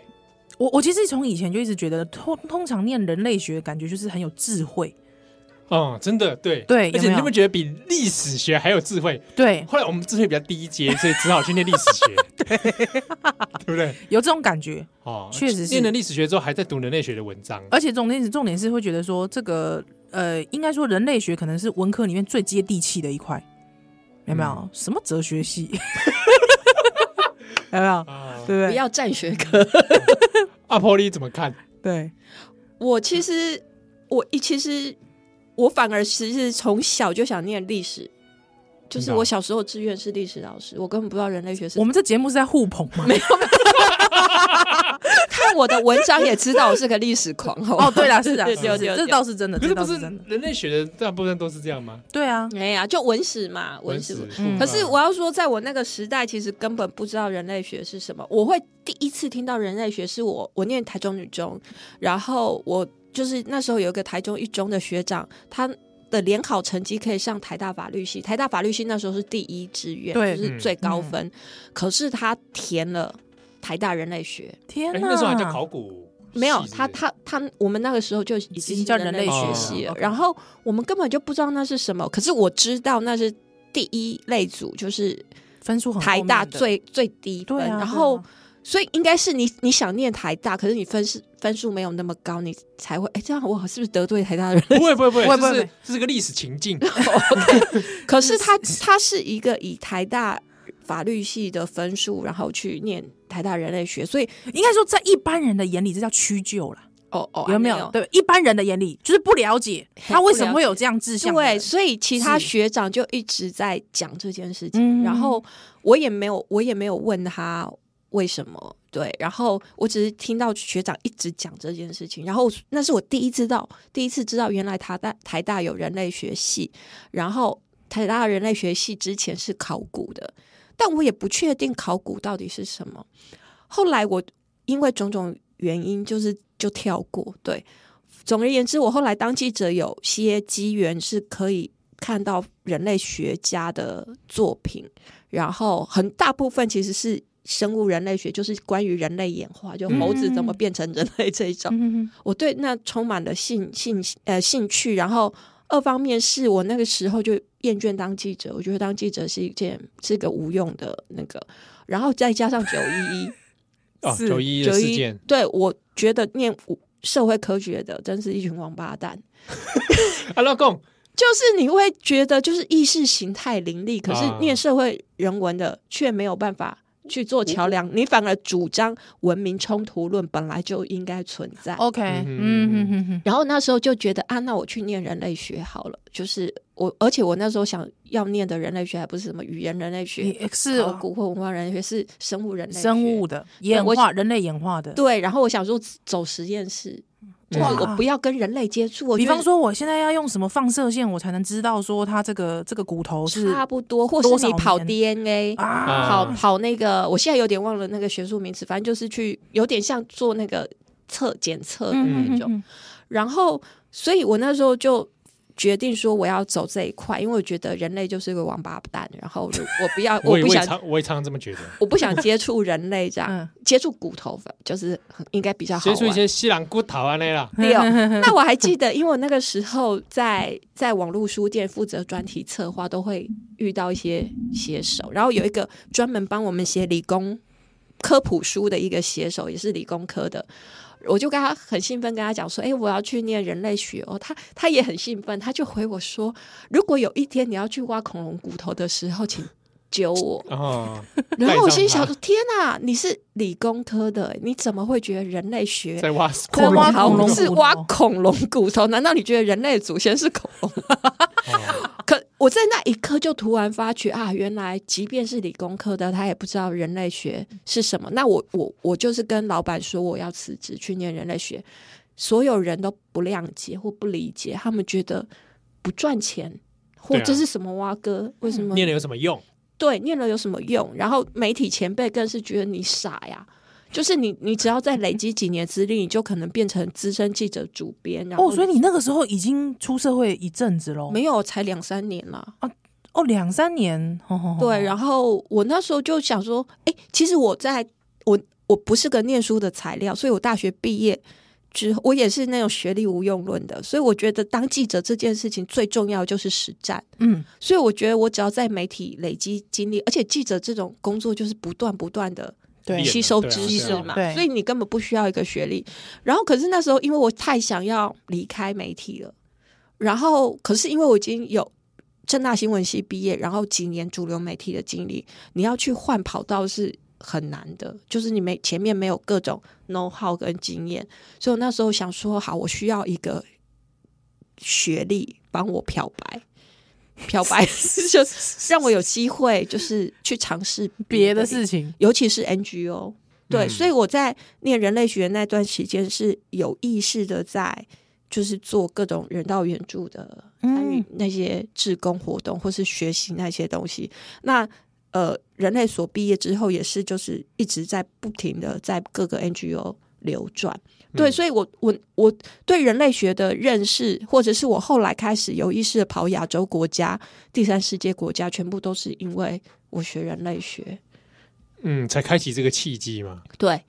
[SPEAKER 1] 我我其实从以前就一直觉得，通通常念人类学，感觉就是很有智慧。
[SPEAKER 2] 哦、真的对
[SPEAKER 1] 对
[SPEAKER 2] 而
[SPEAKER 1] 有没
[SPEAKER 2] 且
[SPEAKER 1] 有
[SPEAKER 2] 你有没有觉得比历史学还有智慧？
[SPEAKER 1] 对，
[SPEAKER 2] 后来我们智慧比较低阶，所以只好去念历史
[SPEAKER 1] [laughs]
[SPEAKER 2] 学，对， [laughs] 对不对？
[SPEAKER 1] 有这种感觉。
[SPEAKER 2] 哦，
[SPEAKER 1] 确实是
[SPEAKER 2] 念了历史学之后，还在读人类学的文章，
[SPEAKER 1] 而且重点是，重点是会觉得说，这个呃，应该说人类学可能是文科里面最接地气的一块，有没有？
[SPEAKER 2] 嗯
[SPEAKER 1] 什么哲学系？ [laughs] 有没有？
[SPEAKER 2] 啊，
[SPEAKER 1] 对
[SPEAKER 3] 不
[SPEAKER 1] 不对？
[SPEAKER 3] 要占学科。
[SPEAKER 2] 阿波利怎么看？
[SPEAKER 1] 对，
[SPEAKER 3] 我其实我一其实我反而其实从小就想念历史，就
[SPEAKER 2] 真
[SPEAKER 3] 是
[SPEAKER 2] 的啊
[SPEAKER 3] 我小时候志愿是历史老师，我根本不知道人类学是
[SPEAKER 1] 我们这节目是在互捧
[SPEAKER 2] [laughs]
[SPEAKER 1] 嘛？
[SPEAKER 3] 看我的文章也知道我是个历史狂哦。
[SPEAKER 1] [laughs] 哦，对啦，是的，
[SPEAKER 3] 对
[SPEAKER 1] 是
[SPEAKER 3] 对
[SPEAKER 1] 是
[SPEAKER 3] 对
[SPEAKER 1] 这
[SPEAKER 3] 对
[SPEAKER 1] 倒是真的，
[SPEAKER 2] 可
[SPEAKER 1] 这
[SPEAKER 2] 是
[SPEAKER 1] 倒
[SPEAKER 2] 不
[SPEAKER 1] 是
[SPEAKER 2] 是
[SPEAKER 1] 真的。
[SPEAKER 2] 人类学的大部分都是这样吗？
[SPEAKER 1] 对啊，
[SPEAKER 3] 哎呀，就文史嘛，文史。
[SPEAKER 1] 嗯
[SPEAKER 3] 可是我要说，在我那个时代，其实根本不知道人类学是什么。我会第一次听到人类学，是我我念台中女中，然后我就是那时候有一个台中一中的学长，他的联考成绩可以上台大法律系，台大法律系那时候是第一志愿，
[SPEAKER 1] 对嗯
[SPEAKER 3] 就是最高分，可是他填了台大人类学，
[SPEAKER 1] 天
[SPEAKER 2] 哎、
[SPEAKER 1] 哪！
[SPEAKER 2] 那时候还叫考古系之类的，
[SPEAKER 3] 没有，他他他，我们那个时候就已
[SPEAKER 1] 已
[SPEAKER 3] 经
[SPEAKER 1] 经叫
[SPEAKER 3] 人
[SPEAKER 1] 人类
[SPEAKER 2] 学
[SPEAKER 3] 学
[SPEAKER 1] 了
[SPEAKER 3] 系了
[SPEAKER 1] ，OK，
[SPEAKER 3] 然后我们根本就不知道那是什么，可是我知道那是第一类组，就是
[SPEAKER 1] 哦分数很后
[SPEAKER 3] 台
[SPEAKER 1] 面
[SPEAKER 3] 大
[SPEAKER 1] 的
[SPEAKER 3] 最最低分，
[SPEAKER 1] 对啊，
[SPEAKER 3] 然后
[SPEAKER 1] 对啊
[SPEAKER 3] 所以应该是你你想念台大，可是你分数分数没有那么高，你才会哎，这样我是不是得罪台大的人？
[SPEAKER 1] [laughs]
[SPEAKER 2] 不会不会不
[SPEAKER 1] 不会
[SPEAKER 2] 会，
[SPEAKER 1] 不会
[SPEAKER 2] 这
[SPEAKER 1] 不
[SPEAKER 2] 是这是个历史情境，
[SPEAKER 3] 可是他他是一个以台大法律系的分数，然后去念台大人类学，所以
[SPEAKER 1] 应该说在一般人的眼里，这叫屈就啦，
[SPEAKER 3] 哦哦
[SPEAKER 1] 有没有？对，一般人的眼里就是不了解
[SPEAKER 3] 嘿
[SPEAKER 1] 他为什么会有这样志向的人。
[SPEAKER 3] 对，所以其他
[SPEAKER 1] 是
[SPEAKER 3] 学长就一直在讲这件事情，
[SPEAKER 1] 嗯
[SPEAKER 3] 然后我也没有，我也没有问他为什么，对，然后我只是听到学长一直讲这件事情，然后那是我第一知道，第一次知道原来台大台大有人类学系，然后台大人类学系之前是考古的，但我也不确定考古到底是什么。后来我因为种种原因，就是就跳过。对，总而言之，我后来当记者有些机缘是可以看到人类学家的作品，然后很大部分其实是生物人类学，就是关于人类演化，就猴子怎么
[SPEAKER 1] 嗯
[SPEAKER 3] 变成人类这一种。
[SPEAKER 1] 嗯，
[SPEAKER 3] 我对那充满了兴兴呃兴趣，然后二方面是我那个时候就厌倦当记者，我觉得当记者是一件是一个无用的那个，然后再加上九一一
[SPEAKER 2] 哦，
[SPEAKER 1] 是
[SPEAKER 2] 九一一的
[SPEAKER 3] 九
[SPEAKER 2] 事
[SPEAKER 3] 一
[SPEAKER 2] 件，，
[SPEAKER 3] 对我觉得念社会科学的真是一群王八蛋，
[SPEAKER 2] 啊，老公，
[SPEAKER 3] 就是你会觉得就是意识形态林立，可是
[SPEAKER 2] 啊
[SPEAKER 3] 念社会人文的却没有办法。去做桥梁，你反而主张文明冲突论本来就应该存在。
[SPEAKER 1] OK，
[SPEAKER 2] 嗯哼
[SPEAKER 1] 嗯哼哼哼，
[SPEAKER 3] 然后那时候就觉得啊，那我去念人类学好了。就是我，而且我那时候想要念的人类学还不是什么语言人类学、
[SPEAKER 1] 也是哦
[SPEAKER 3] 考古或文化人类学，是生物人类学
[SPEAKER 1] 生物。的演
[SPEAKER 3] 我
[SPEAKER 1] 化，人类演化的。
[SPEAKER 3] 对，然后我想说走实验室，就是
[SPEAKER 2] 哇
[SPEAKER 3] 我不要跟人类接触。
[SPEAKER 1] 嗯
[SPEAKER 3] 我
[SPEAKER 1] 比
[SPEAKER 3] 觉得
[SPEAKER 1] 方说，我现在要用什么放射线，我才能知道说它这个这个骨头是
[SPEAKER 3] 差不多，或
[SPEAKER 1] 多
[SPEAKER 3] 是
[SPEAKER 1] 少
[SPEAKER 3] 你跑
[SPEAKER 1] 年
[SPEAKER 3] DNA，、
[SPEAKER 1] 啊
[SPEAKER 2] 啊
[SPEAKER 3] 跑跑那个，我现在有点忘了那个学术名词，反正就是去有点像做那个测检测的
[SPEAKER 1] 嗯
[SPEAKER 3] 那
[SPEAKER 1] 嗯
[SPEAKER 3] 种。
[SPEAKER 1] 嗯
[SPEAKER 3] 然后，所以我那时候就决定说我要走这一块，因为我觉得人类就是个王八蛋，然后我我
[SPEAKER 1] [laughs]
[SPEAKER 3] 不要，
[SPEAKER 2] 我
[SPEAKER 3] 我
[SPEAKER 2] 也
[SPEAKER 3] 不
[SPEAKER 2] 我也
[SPEAKER 3] 想，
[SPEAKER 2] 常我也常这么觉得，
[SPEAKER 3] 我不想接触人类这样，
[SPEAKER 1] 嗯
[SPEAKER 3] 接触骨头粉就是很应该比较好
[SPEAKER 2] 接触一
[SPEAKER 3] 玩。
[SPEAKER 2] 些西兰骨头啊那啦， [laughs]
[SPEAKER 3] 对哦，那我还记得，因为我那个时候在在网络书店负责专题策划，都会遇到一些写手，然后有一个专门帮我们写理工科普书的一个写手，也是理工科的。我就跟他很兴奋，跟他讲说：“哎、我要去念人类学哦。他”他也很兴奋，他就回我说：“如果有一天你要去挖恐龙骨头的时候，请揪我。
[SPEAKER 2] 哦，”
[SPEAKER 3] 然后我心想
[SPEAKER 2] 带
[SPEAKER 3] 说：“天哪、你是理工科的，你怎么会觉得人类学
[SPEAKER 2] 在挖
[SPEAKER 1] 恐
[SPEAKER 2] [laughs]
[SPEAKER 1] 龙
[SPEAKER 3] 好
[SPEAKER 1] 恐龙
[SPEAKER 3] 是
[SPEAKER 1] 骨头
[SPEAKER 3] 挖恐龙骨头？难道你觉得人类的祖先是恐龙？
[SPEAKER 2] 哦
[SPEAKER 3] 可我在那一刻就突然发觉啊，原来即便是理工科的，他也不知道人类学是什么。那我我我就是跟老板说我要辞职去念人类学，所有人都不谅解或不理解，他们觉得不赚钱。或
[SPEAKER 2] 对啊
[SPEAKER 3] 这是什么蛙哥？为什么
[SPEAKER 2] 念了有什么用？
[SPEAKER 3] 对念了有什么用？然后媒体前辈更是觉得你傻呀，就是你你只要再累积几年资历，你就可能变成资深记者、主编。然后
[SPEAKER 1] 哦，所以你那个时候已经出社会一阵子喽？
[SPEAKER 3] 没有才两三年啦。
[SPEAKER 1] 哦，两三年。吼吼吼
[SPEAKER 3] 对，然后我那时候就想说，哎、其实我在我我不是个念书的材料，所以我大学毕业之后，我也是那种学历无用论的，所以我觉得当记者这件事情最重要就是实战。
[SPEAKER 1] 嗯，
[SPEAKER 3] 所以我觉得我只要在媒体累积经历，而且记者这种工作就是不断不断的
[SPEAKER 1] 对
[SPEAKER 2] 练，
[SPEAKER 3] 吸收
[SPEAKER 2] 对啊
[SPEAKER 3] 知
[SPEAKER 2] 对啊
[SPEAKER 3] 识嘛，
[SPEAKER 1] 对
[SPEAKER 3] 所以你根本不需要一个学历。然后，可是那时候因为我太想要离开媒体了，然后可是因为我已经有正大新闻系毕业，然后几年主流媒体的经历，你要去换跑道是很难的，就是你没前面没有各种 know how 跟经验，所以我那时候想说，好，我需要一个学历帮我漂白。漂白 [laughs] 就让我有机会，就是去尝试
[SPEAKER 1] 别的
[SPEAKER 3] 领域
[SPEAKER 1] 事情
[SPEAKER 3] 尤其是 NGO。对，
[SPEAKER 2] 嗯
[SPEAKER 3] 所以我在念人类学那段时间是有意识的在，就是做各种人道援助的，
[SPEAKER 1] 嗯
[SPEAKER 3] 参与那些志工活动或是学习那些东西。那呃，人类所毕业之后也是，就是一直在不停的在各个 NGO 流转。对，
[SPEAKER 2] 嗯
[SPEAKER 3] 所以我我我对人类学的认识，或者是我后来开始有意识的跑亚洲国家、第三世界国家，全部都是因为我学人类学。
[SPEAKER 2] 嗯，才开启这个契机嘛。
[SPEAKER 3] 对，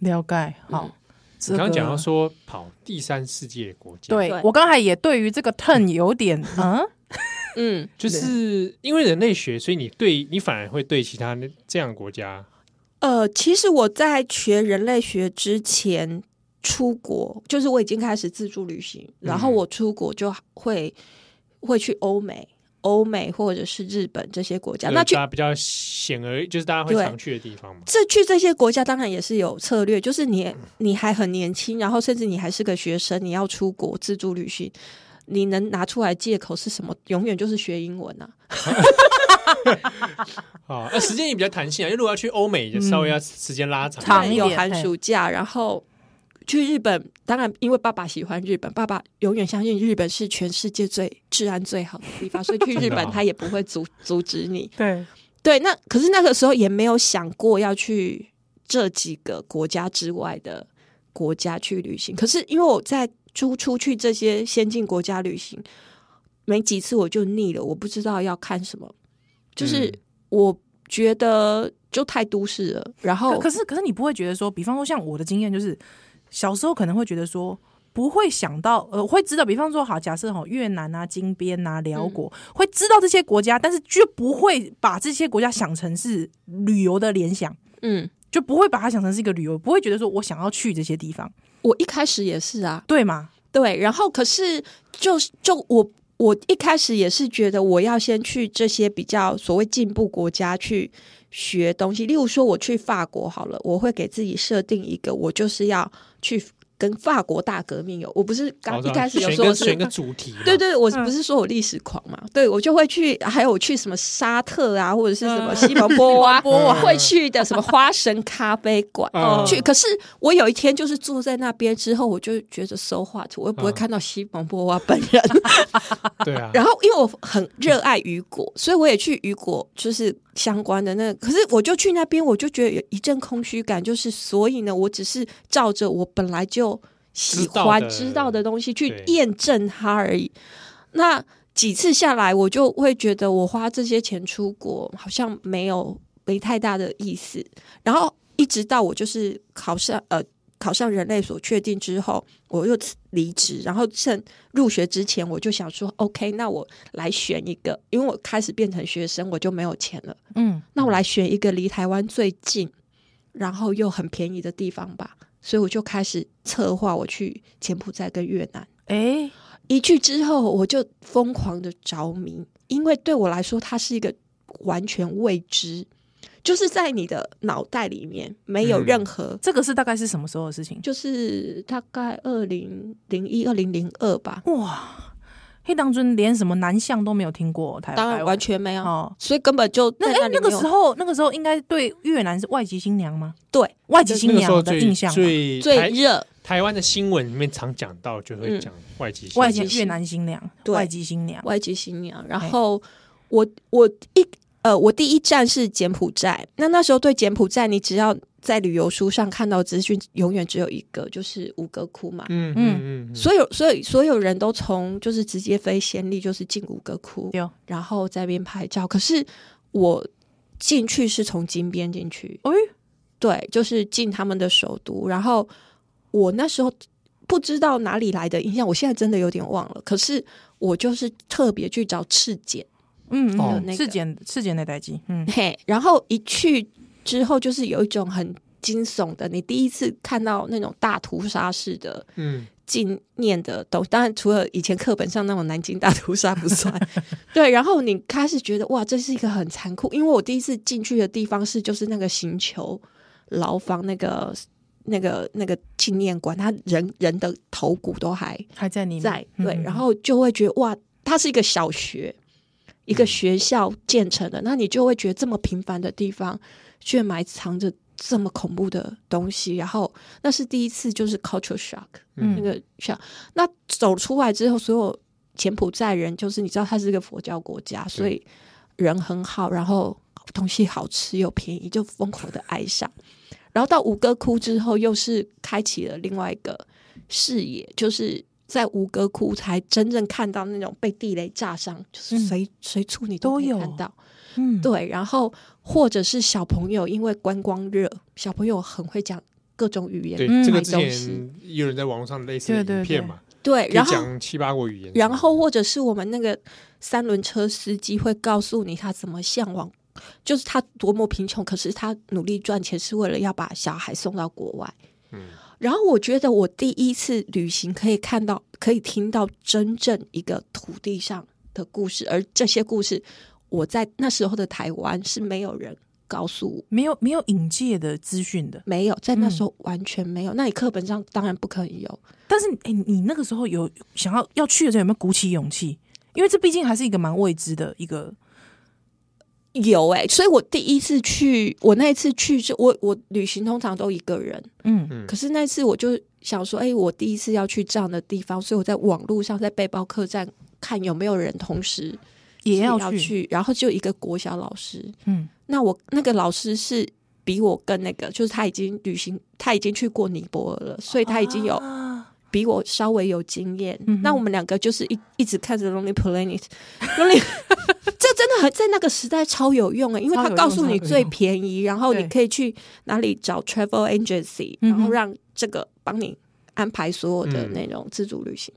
[SPEAKER 1] 了解。好
[SPEAKER 3] 嗯，
[SPEAKER 1] 这
[SPEAKER 2] 你
[SPEAKER 1] 个
[SPEAKER 2] 刚刚讲到说跑第三世界国家，
[SPEAKER 1] 对
[SPEAKER 3] 对
[SPEAKER 1] 我刚才也对于这个 turn 有点
[SPEAKER 2] [laughs]
[SPEAKER 1] 嗯，
[SPEAKER 3] 嗯，
[SPEAKER 2] 就是因为人类学，所以你对你反而会对其他那这样的国家
[SPEAKER 3] 呃，其实我在学人类学之前出国，就是我已经开始自助旅行，然后
[SPEAKER 2] 嗯
[SPEAKER 3] 我出国就会会去欧美、欧美或者是日本这些国家。
[SPEAKER 2] 对
[SPEAKER 3] 啊那去
[SPEAKER 2] 大家比较显而就是大家会
[SPEAKER 3] 对
[SPEAKER 2] 常去的地方嘛。
[SPEAKER 3] 这去这些国家当然也是有策略，就是你你还很年轻，然后甚至你还是个学生，你要出国自助旅行，你能拿出来借口是什么？永远就是学英文啊。
[SPEAKER 2] 啊，那时间也比较弹性啊，因为如果要去欧美，也
[SPEAKER 3] 嗯
[SPEAKER 2] 稍微要时间拉长。
[SPEAKER 1] 长
[SPEAKER 3] 对
[SPEAKER 1] 一
[SPEAKER 3] 有
[SPEAKER 1] 点
[SPEAKER 3] 寒
[SPEAKER 1] 嘿
[SPEAKER 3] 暑假，然后去日本。当然，因为爸爸喜欢日本，爸爸永远相信日本是全世界最治安最好的地方，所以去
[SPEAKER 2] 真
[SPEAKER 3] 日
[SPEAKER 2] 的
[SPEAKER 3] 本
[SPEAKER 2] 哦
[SPEAKER 3] 他也不会阻阻止你。
[SPEAKER 1] 对，
[SPEAKER 3] [laughs] 对，那可是那个时候也没有想过要去这几个国家之外的国家去旅行。可是因为我在出出去这些先进国家旅行，没几次我就腻了，我不知道要看什么，就是
[SPEAKER 2] 嗯
[SPEAKER 3] 我觉得就太都市了，然后
[SPEAKER 1] 可可是可是你不会觉得说，比方说像我的经验就是，小时候可能会觉得说。不会想到，呃，会知道，比方说，好，假设哈，越南啊、金边啊、辽国、
[SPEAKER 3] 嗯
[SPEAKER 1] 会知道这些国家，但是绝不会把这些国家想成是旅游的联想，
[SPEAKER 3] 嗯。
[SPEAKER 1] 就不会把它想成是一个旅游，不会觉得说我想要去这些地方，
[SPEAKER 3] 我一开始也是啊，
[SPEAKER 1] 对吗？
[SPEAKER 3] 对，然后可是就是就我我一开始也是觉得我要先去这些比较所谓进步国家去学东西，例如说我去法国好了，我会给自己设定一个，我就是要去跟法国大革命有，我不是
[SPEAKER 2] 好
[SPEAKER 3] 刚
[SPEAKER 2] 这
[SPEAKER 3] 一
[SPEAKER 2] 样
[SPEAKER 3] 开始有
[SPEAKER 2] 哦啊选
[SPEAKER 3] 说
[SPEAKER 2] 个
[SPEAKER 3] 我是
[SPEAKER 2] 选个主题嘛，
[SPEAKER 3] 对对，我
[SPEAKER 2] 嗯
[SPEAKER 3] 不是说我历史狂嘛，对我就会去，还有我去什么沙特啊，或者是什么
[SPEAKER 1] 嗯
[SPEAKER 3] 西蒙
[SPEAKER 2] [laughs]
[SPEAKER 3] 波啊，
[SPEAKER 1] 波
[SPEAKER 2] 娃
[SPEAKER 3] 会去的什么花神咖啡馆、
[SPEAKER 2] 嗯
[SPEAKER 3] 去。可是我有一天就是坐在那边之后，我就觉得 so what，我又不会
[SPEAKER 2] 嗯
[SPEAKER 3] 看到西蒙波娃本人。 [laughs]
[SPEAKER 2] 对啊，
[SPEAKER 3] 然后因为我很热爱雨果，所以我也去雨果就是相关的那个可是我就去那边，我就觉得有一阵空虚感，就是所以呢，我只是照着我本来就喜欢
[SPEAKER 2] 知道的
[SPEAKER 3] 知道的东西去
[SPEAKER 2] 对
[SPEAKER 3] 验证它而已。那几次下来，我就会觉得我花这些钱出国好像没有没太大的意思。然后一直到我就是考上呃考上人类所确定之后，我又离职，然后趁入学之前我就想说，OK，那我来选一个，因为我开始变成学生，我就没有钱了，
[SPEAKER 1] 嗯，
[SPEAKER 3] 那我来选一个离台湾最近，然后又很便宜的地方吧。所以我就开始策划我去柬埔寨跟越南。
[SPEAKER 1] 哎、
[SPEAKER 3] 一去之后，我就疯狂的着迷，因为对我来说，它是一个完全未知，就是在你的脑袋里面没有
[SPEAKER 2] 嗯
[SPEAKER 3] 任何、
[SPEAKER 1] 这个是大概是什么时候的事情？
[SPEAKER 3] 就是大概二零零一、二零零二吧，
[SPEAKER 1] 哇，黑当尊连什么南向都没有听过，台
[SPEAKER 3] 当然
[SPEAKER 1] 台湾
[SPEAKER 3] 完全没有，
[SPEAKER 1] 哦。
[SPEAKER 3] 所以根本就
[SPEAKER 1] 那
[SPEAKER 3] 在
[SPEAKER 1] 哎、
[SPEAKER 3] 里
[SPEAKER 1] 那个
[SPEAKER 3] 没有
[SPEAKER 1] 时候，那个时候应该对越南是外籍新娘吗？
[SPEAKER 3] 对
[SPEAKER 1] 外籍
[SPEAKER 2] 那
[SPEAKER 1] 新
[SPEAKER 2] 个时候
[SPEAKER 1] 娘的
[SPEAKER 2] 最
[SPEAKER 1] 印象吗，
[SPEAKER 2] 最
[SPEAKER 3] 最
[SPEAKER 2] 台
[SPEAKER 3] 热，
[SPEAKER 2] 台湾的新闻里面常讲到，就会
[SPEAKER 3] 嗯
[SPEAKER 2] 讲外籍新
[SPEAKER 1] 外
[SPEAKER 2] 闻
[SPEAKER 1] 籍越南新娘，
[SPEAKER 3] 对
[SPEAKER 1] 外籍新娘，
[SPEAKER 3] 外籍新娘。然
[SPEAKER 1] 嘿
[SPEAKER 3] 后我我一呃，我第一站是柬埔寨。那那时候对柬埔寨，你只要在旅游书上看到资讯，永远只有一个，就是吴哥窟嘛。
[SPEAKER 2] 嗯
[SPEAKER 1] 嗯
[SPEAKER 2] 嗯嗯，
[SPEAKER 3] 所有所有所有人都从就是直接飞暹粒，就是进吴哥窟，
[SPEAKER 1] 对哦
[SPEAKER 3] 然后在那边拍照。可是我进去是从金边进去，
[SPEAKER 1] 哎、
[SPEAKER 3] 对，就是进他们的首都。然后我那时候不知道哪里来的印象，我现在真的有点忘了。可是我就是特别去找赤柬，
[SPEAKER 1] 嗯，
[SPEAKER 2] 哦
[SPEAKER 1] 嗯，赤柬赤柬的代际，嗯，
[SPEAKER 3] 嘿，然后一去之后，就是有一种很惊悚的，你第一次看到那种大屠杀式的
[SPEAKER 2] 嗯
[SPEAKER 3] 纪念的东西，当然除了以前课本上那种南京大屠杀不
[SPEAKER 1] [laughs]
[SPEAKER 3] 算，对。然后你开始觉得哇，这是一个很残酷，因为我第一次进去的地方是就是那个刑求牢房那个那个那个纪念馆，他人人的头骨都还
[SPEAKER 1] 还在里面，
[SPEAKER 3] 在，
[SPEAKER 1] 嗯
[SPEAKER 3] 对，
[SPEAKER 1] 嗯
[SPEAKER 3] 然后就会觉得哇，它是一个小学，一个学校建成的，那你就会觉得这么平凡的地方，却埋藏着这么恐怖的东西，然后那是第一次就是 culture shock。
[SPEAKER 1] 嗯
[SPEAKER 3] 那个像那走出来之后，所有柬埔寨人就是你知道，它是一个佛教国家，所以人很好，然后东西好吃又便宜，就疯狂的爱上。然后到吴哥窟之后，又是开启了另外一个视野，就是在吴哥窟才真正看到那种被地雷炸伤，就是
[SPEAKER 1] 嗯
[SPEAKER 3] 随、随处你都可以
[SPEAKER 1] 都有
[SPEAKER 3] 看到。
[SPEAKER 1] 嗯，
[SPEAKER 3] 对，然后或者是小朋友，因为观光热，小朋友很会讲各种语言，
[SPEAKER 2] 对
[SPEAKER 1] 嗯
[SPEAKER 2] 这个
[SPEAKER 3] 买
[SPEAKER 2] 之
[SPEAKER 3] 东西
[SPEAKER 2] 前也有人在网络上类似
[SPEAKER 1] 对对
[SPEAKER 2] 的影片
[SPEAKER 1] 对
[SPEAKER 2] 嘛，
[SPEAKER 3] 对，
[SPEAKER 2] 可以
[SPEAKER 3] 然后
[SPEAKER 2] 讲七八国语言，
[SPEAKER 3] 然后或者是我们那个三轮车司机会告诉你他怎么向往就是他多么贫穷，可是他努力赚钱是为了要把小孩送到国外。
[SPEAKER 2] 嗯
[SPEAKER 3] 然后我觉得我第一次旅行可以看到，可以听到真正一个土地上的故事，而这些故事我在那时候的台湾是没有人告诉我，
[SPEAKER 1] 没有没有引介的资讯的。
[SPEAKER 3] 没有在那时候完全没有。那你课本上当然不可以有，
[SPEAKER 1] 但是，哎、你那个时候有想要要去的时候，有没有鼓起勇气？因为这毕竟还是一个蛮未知的一个，
[SPEAKER 3] 有哎、所以我第一次去，我那一次去是我我旅行通常都一个人，
[SPEAKER 1] 嗯
[SPEAKER 2] 嗯
[SPEAKER 3] 可是那次我就想说，哎、我第一次要去这样的地方，所以我在网络上在背包客栈看有没有人同时
[SPEAKER 1] 也要
[SPEAKER 3] 要
[SPEAKER 1] 去，
[SPEAKER 3] 去，然后就一个国小老师，
[SPEAKER 1] 嗯，
[SPEAKER 3] 那我那个老师是比我更那个，就是他已经旅行，他已经去过尼泊尔了，所以他已经有、
[SPEAKER 1] 啊
[SPEAKER 3] 比我稍微有经验。
[SPEAKER 1] 嗯哼
[SPEAKER 3] 那我们两个就是一一直看着 Lonely [laughs] Planet，Lonely，这真的很在那个时代超有用啊，因为
[SPEAKER 1] 超
[SPEAKER 3] 他
[SPEAKER 1] 有用
[SPEAKER 3] 告诉你
[SPEAKER 1] 超有
[SPEAKER 3] 最
[SPEAKER 1] 用
[SPEAKER 3] 便宜，然后你
[SPEAKER 1] 对
[SPEAKER 3] 可以去哪里找 travel agency，
[SPEAKER 1] 嗯
[SPEAKER 3] 然
[SPEAKER 1] 哼
[SPEAKER 3] 后让这个帮你安排所有的
[SPEAKER 2] 嗯
[SPEAKER 3] 那种自助旅行。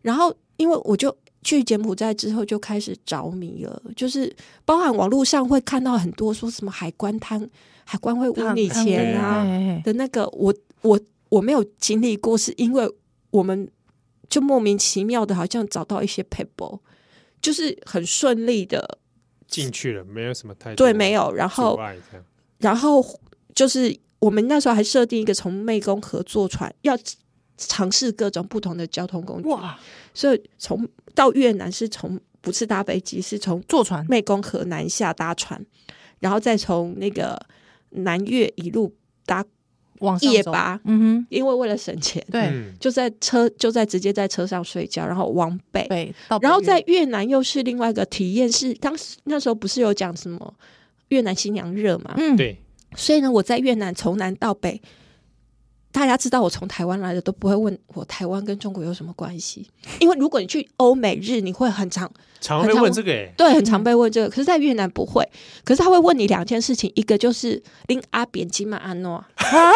[SPEAKER 3] 然后因为我就。去柬埔寨之后就开始着迷了，就是包含网络上会看到很多说什么海关贪海关会污你
[SPEAKER 1] 看
[SPEAKER 3] 钱
[SPEAKER 2] 对
[SPEAKER 3] 啊
[SPEAKER 2] 啊，
[SPEAKER 1] 哎哎
[SPEAKER 3] 的那个，我我我没有经历过，是因为我们就莫名其妙的，好像找到一些 people，就是很顺利的，
[SPEAKER 2] 进去了，没有什么太多
[SPEAKER 1] 哦
[SPEAKER 3] 对，没有。然
[SPEAKER 2] 阻
[SPEAKER 3] 后
[SPEAKER 2] 碍这样，
[SPEAKER 3] 然后就是我们那时候还设定一个从湄公河坐船，要尝试各种不同的交通工具。
[SPEAKER 1] 哇，
[SPEAKER 3] 所以从到越南是从不是搭飞机，是从
[SPEAKER 1] 坐船
[SPEAKER 3] 湄公河南下搭船，然后再从那个南越一路搭，
[SPEAKER 1] 往上
[SPEAKER 3] 夜
[SPEAKER 1] 走
[SPEAKER 3] 巴
[SPEAKER 1] 嗯
[SPEAKER 3] 因为为了省钱。
[SPEAKER 1] 哼，对，
[SPEAKER 2] 嗯
[SPEAKER 3] 就在车就在直接在车上睡觉，然后往北，
[SPEAKER 1] 北到
[SPEAKER 3] 然后
[SPEAKER 1] 北
[SPEAKER 3] 在越南又是另外一个体验是，当时那时候不是有讲什么越南新娘热嘛，
[SPEAKER 1] 嗯，
[SPEAKER 2] 对，
[SPEAKER 3] 所以呢，我在越南从南到北，大家知道我从台湾来的都不会问我台湾跟中国有什么关系， [laughs] 因为如果你去欧美日，你会很常嗯
[SPEAKER 2] 常会
[SPEAKER 3] 很常
[SPEAKER 2] 问这个哎，
[SPEAKER 3] 对很常被问这个，可是，在越南不会，可是他会问你两件事情，一个就是令阿扁金马安诺，
[SPEAKER 2] 哎，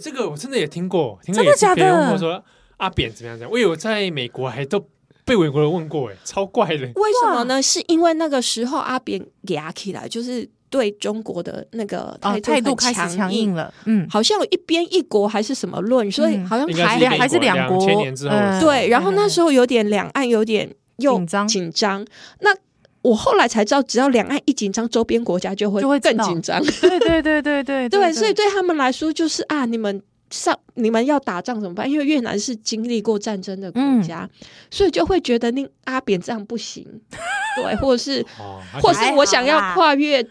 [SPEAKER 2] 这个我真的也听过，听
[SPEAKER 1] 真的
[SPEAKER 2] 过也是
[SPEAKER 1] 假的
[SPEAKER 2] 别人问我说阿扁怎么样怎么样，我有在美国还都被美国人问过哎，超怪的，
[SPEAKER 3] 为什么呢？是因为那个时候阿扁压起来，就是对中国的那个
[SPEAKER 1] 啊，态度
[SPEAKER 3] 度
[SPEAKER 1] 开
[SPEAKER 3] 很
[SPEAKER 1] 始
[SPEAKER 3] 强
[SPEAKER 1] 强硬，了，嗯，
[SPEAKER 3] 好像有一边一国还是什么论，所以
[SPEAKER 1] 嗯
[SPEAKER 3] 好像
[SPEAKER 2] 应
[SPEAKER 3] 还
[SPEAKER 2] 该
[SPEAKER 1] 两
[SPEAKER 2] 美
[SPEAKER 1] 还是
[SPEAKER 2] 国
[SPEAKER 1] 两国
[SPEAKER 2] 2000年之后的
[SPEAKER 1] 嗯
[SPEAKER 2] 事
[SPEAKER 3] 对。然后那时候有点两岸有点又
[SPEAKER 1] 紧张
[SPEAKER 3] 紧张，那。我后来才知道，只要两岸一紧张，周边国家就会
[SPEAKER 1] 就会知
[SPEAKER 3] 更
[SPEAKER 1] 道
[SPEAKER 3] 紧张。
[SPEAKER 1] 对对对对对
[SPEAKER 3] 对，所以对他们来说就是啊，你们上你们要打仗怎么办？因为越南是经历过战争的国
[SPEAKER 1] 嗯
[SPEAKER 3] 家，所以就会觉得那阿扁这样不行，对，或者是
[SPEAKER 2] 哦，
[SPEAKER 1] 啊
[SPEAKER 3] 或
[SPEAKER 2] 还
[SPEAKER 3] 是我想要跨越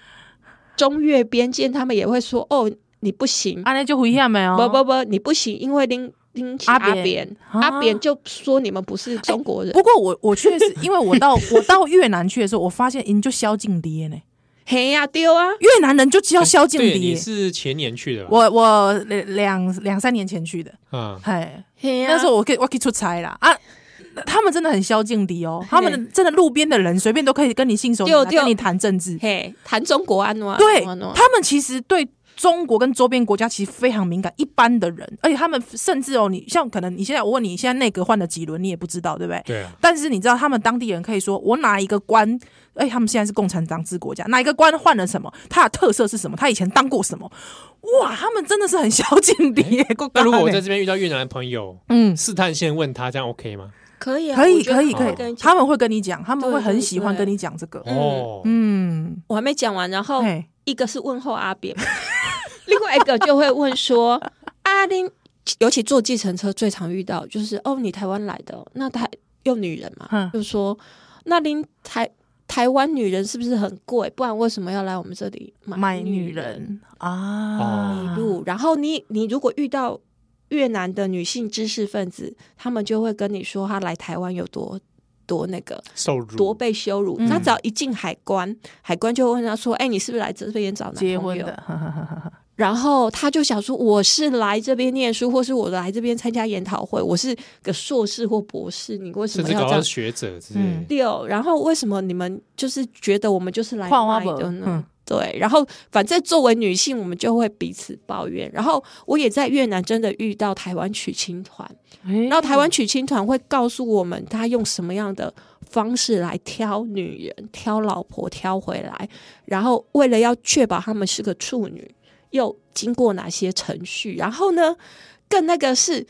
[SPEAKER 3] 中越边界，他们也会说：“哦，你不行，
[SPEAKER 1] 阿内就回哦下没有，
[SPEAKER 3] 不不不，你不行，因为拎拎起
[SPEAKER 1] 阿
[SPEAKER 3] 阿
[SPEAKER 1] 扁
[SPEAKER 3] 扁，
[SPEAKER 1] 啊
[SPEAKER 3] 阿扁就说你们不是中国人。
[SPEAKER 1] 不过我我确实，因为我到我到越南去的时候，我发现嗯人就萧敬跌呢，
[SPEAKER 3] 嘿呀、丢啊！
[SPEAKER 1] 越南人就叫萧敬
[SPEAKER 2] 对，你
[SPEAKER 1] 跌。
[SPEAKER 2] 是前年去的吧？
[SPEAKER 1] 我我两两三年前去的，
[SPEAKER 2] 啊，
[SPEAKER 1] 嗨，
[SPEAKER 3] 嘿呀、
[SPEAKER 1] 那时候我可以我可以出差啦啊。他们真的很萧敬敌哦，他们真的路边的人随便都可以跟你信手拈
[SPEAKER 3] 对
[SPEAKER 1] 来
[SPEAKER 3] 对
[SPEAKER 1] 跟你谈政治。
[SPEAKER 3] 嘿谈中国安诺，
[SPEAKER 1] 对
[SPEAKER 3] 安诺安诺
[SPEAKER 1] 他们其实对中国跟周边国家其实非常敏感，一般的人，而且他们甚至哦，你像可能你现在我问你，现在内阁换了几轮，你也不知道，对不对？
[SPEAKER 2] 对啊，
[SPEAKER 1] 但是你知道，他们当地人可以说，我哪一个官，哎、他们现在是共产党制国家，哪一个官换了什么，他的特色是什么，他以前当过什么，哇，他们真的是很小警敌、欸。够
[SPEAKER 2] [laughs] 那如果我
[SPEAKER 1] 高
[SPEAKER 2] 在
[SPEAKER 1] 嘞
[SPEAKER 2] 这边遇到越南的朋友，
[SPEAKER 1] 嗯，
[SPEAKER 2] 试探性问他，这样 OK 吗？
[SPEAKER 3] 可以啊，
[SPEAKER 1] 可以
[SPEAKER 3] 我觉得
[SPEAKER 1] 可以
[SPEAKER 3] 他们
[SPEAKER 2] 可以
[SPEAKER 3] 跟你讲
[SPEAKER 1] 他们会跟你讲，他们会
[SPEAKER 3] 对
[SPEAKER 1] 很
[SPEAKER 3] 对
[SPEAKER 1] 喜欢
[SPEAKER 3] 对哦
[SPEAKER 1] 跟你讲这个，
[SPEAKER 3] 嗯
[SPEAKER 2] 哦，
[SPEAKER 1] 嗯，
[SPEAKER 3] 我还没讲完，然后
[SPEAKER 1] 哎、
[SPEAKER 3] 一个是问候阿扁，另外一个就会问说：“ [laughs] 阿林，尤其坐计程车最常遇到就是哦，你台湾来的哦、那台又女人嘛，
[SPEAKER 1] 嗯
[SPEAKER 3] 就说那林台台湾女人是不是很贵？不然为什么要来我们这里买
[SPEAKER 1] 买
[SPEAKER 3] 女
[SPEAKER 1] 女人啊，
[SPEAKER 2] 哦
[SPEAKER 3] 一路？然后你你如果遇到越南的女性知识分子，他们就会跟你说她来台湾有多多那个，
[SPEAKER 2] 受
[SPEAKER 3] 多
[SPEAKER 2] 辱，
[SPEAKER 3] 被羞辱。
[SPEAKER 1] 嗯
[SPEAKER 3] 他只要一进海关，海关就会问他说：“哎、你是不是来这边找男朋友？”
[SPEAKER 1] 结婚的，呵呵呵呵呵
[SPEAKER 3] 然后他就想说，我是来这边念书，或是我来这边参加研讨会，我是个硕士或博士，你为什
[SPEAKER 2] 甚
[SPEAKER 3] 么
[SPEAKER 2] 至
[SPEAKER 3] 要
[SPEAKER 2] 搞
[SPEAKER 3] 这
[SPEAKER 2] 到
[SPEAKER 3] 样？
[SPEAKER 2] 学者之类
[SPEAKER 1] 嗯
[SPEAKER 2] 的。
[SPEAKER 3] 六，然后为什么你们就是觉得我们就是来
[SPEAKER 1] 跨挖
[SPEAKER 3] 卖
[SPEAKER 1] 本
[SPEAKER 3] 的呢？
[SPEAKER 1] 嗯
[SPEAKER 3] 对，然后反正作为女性，我们就会彼此抱怨。然后我也在越南真的遇到台湾娶亲团，
[SPEAKER 1] 然
[SPEAKER 3] 然后嗯台湾娶亲团会告诉我们他用什么样的方式来挑女人、挑老婆、挑回来，然后为了要确保他们是个处女，又经过哪些程序？然后呢，更那个是。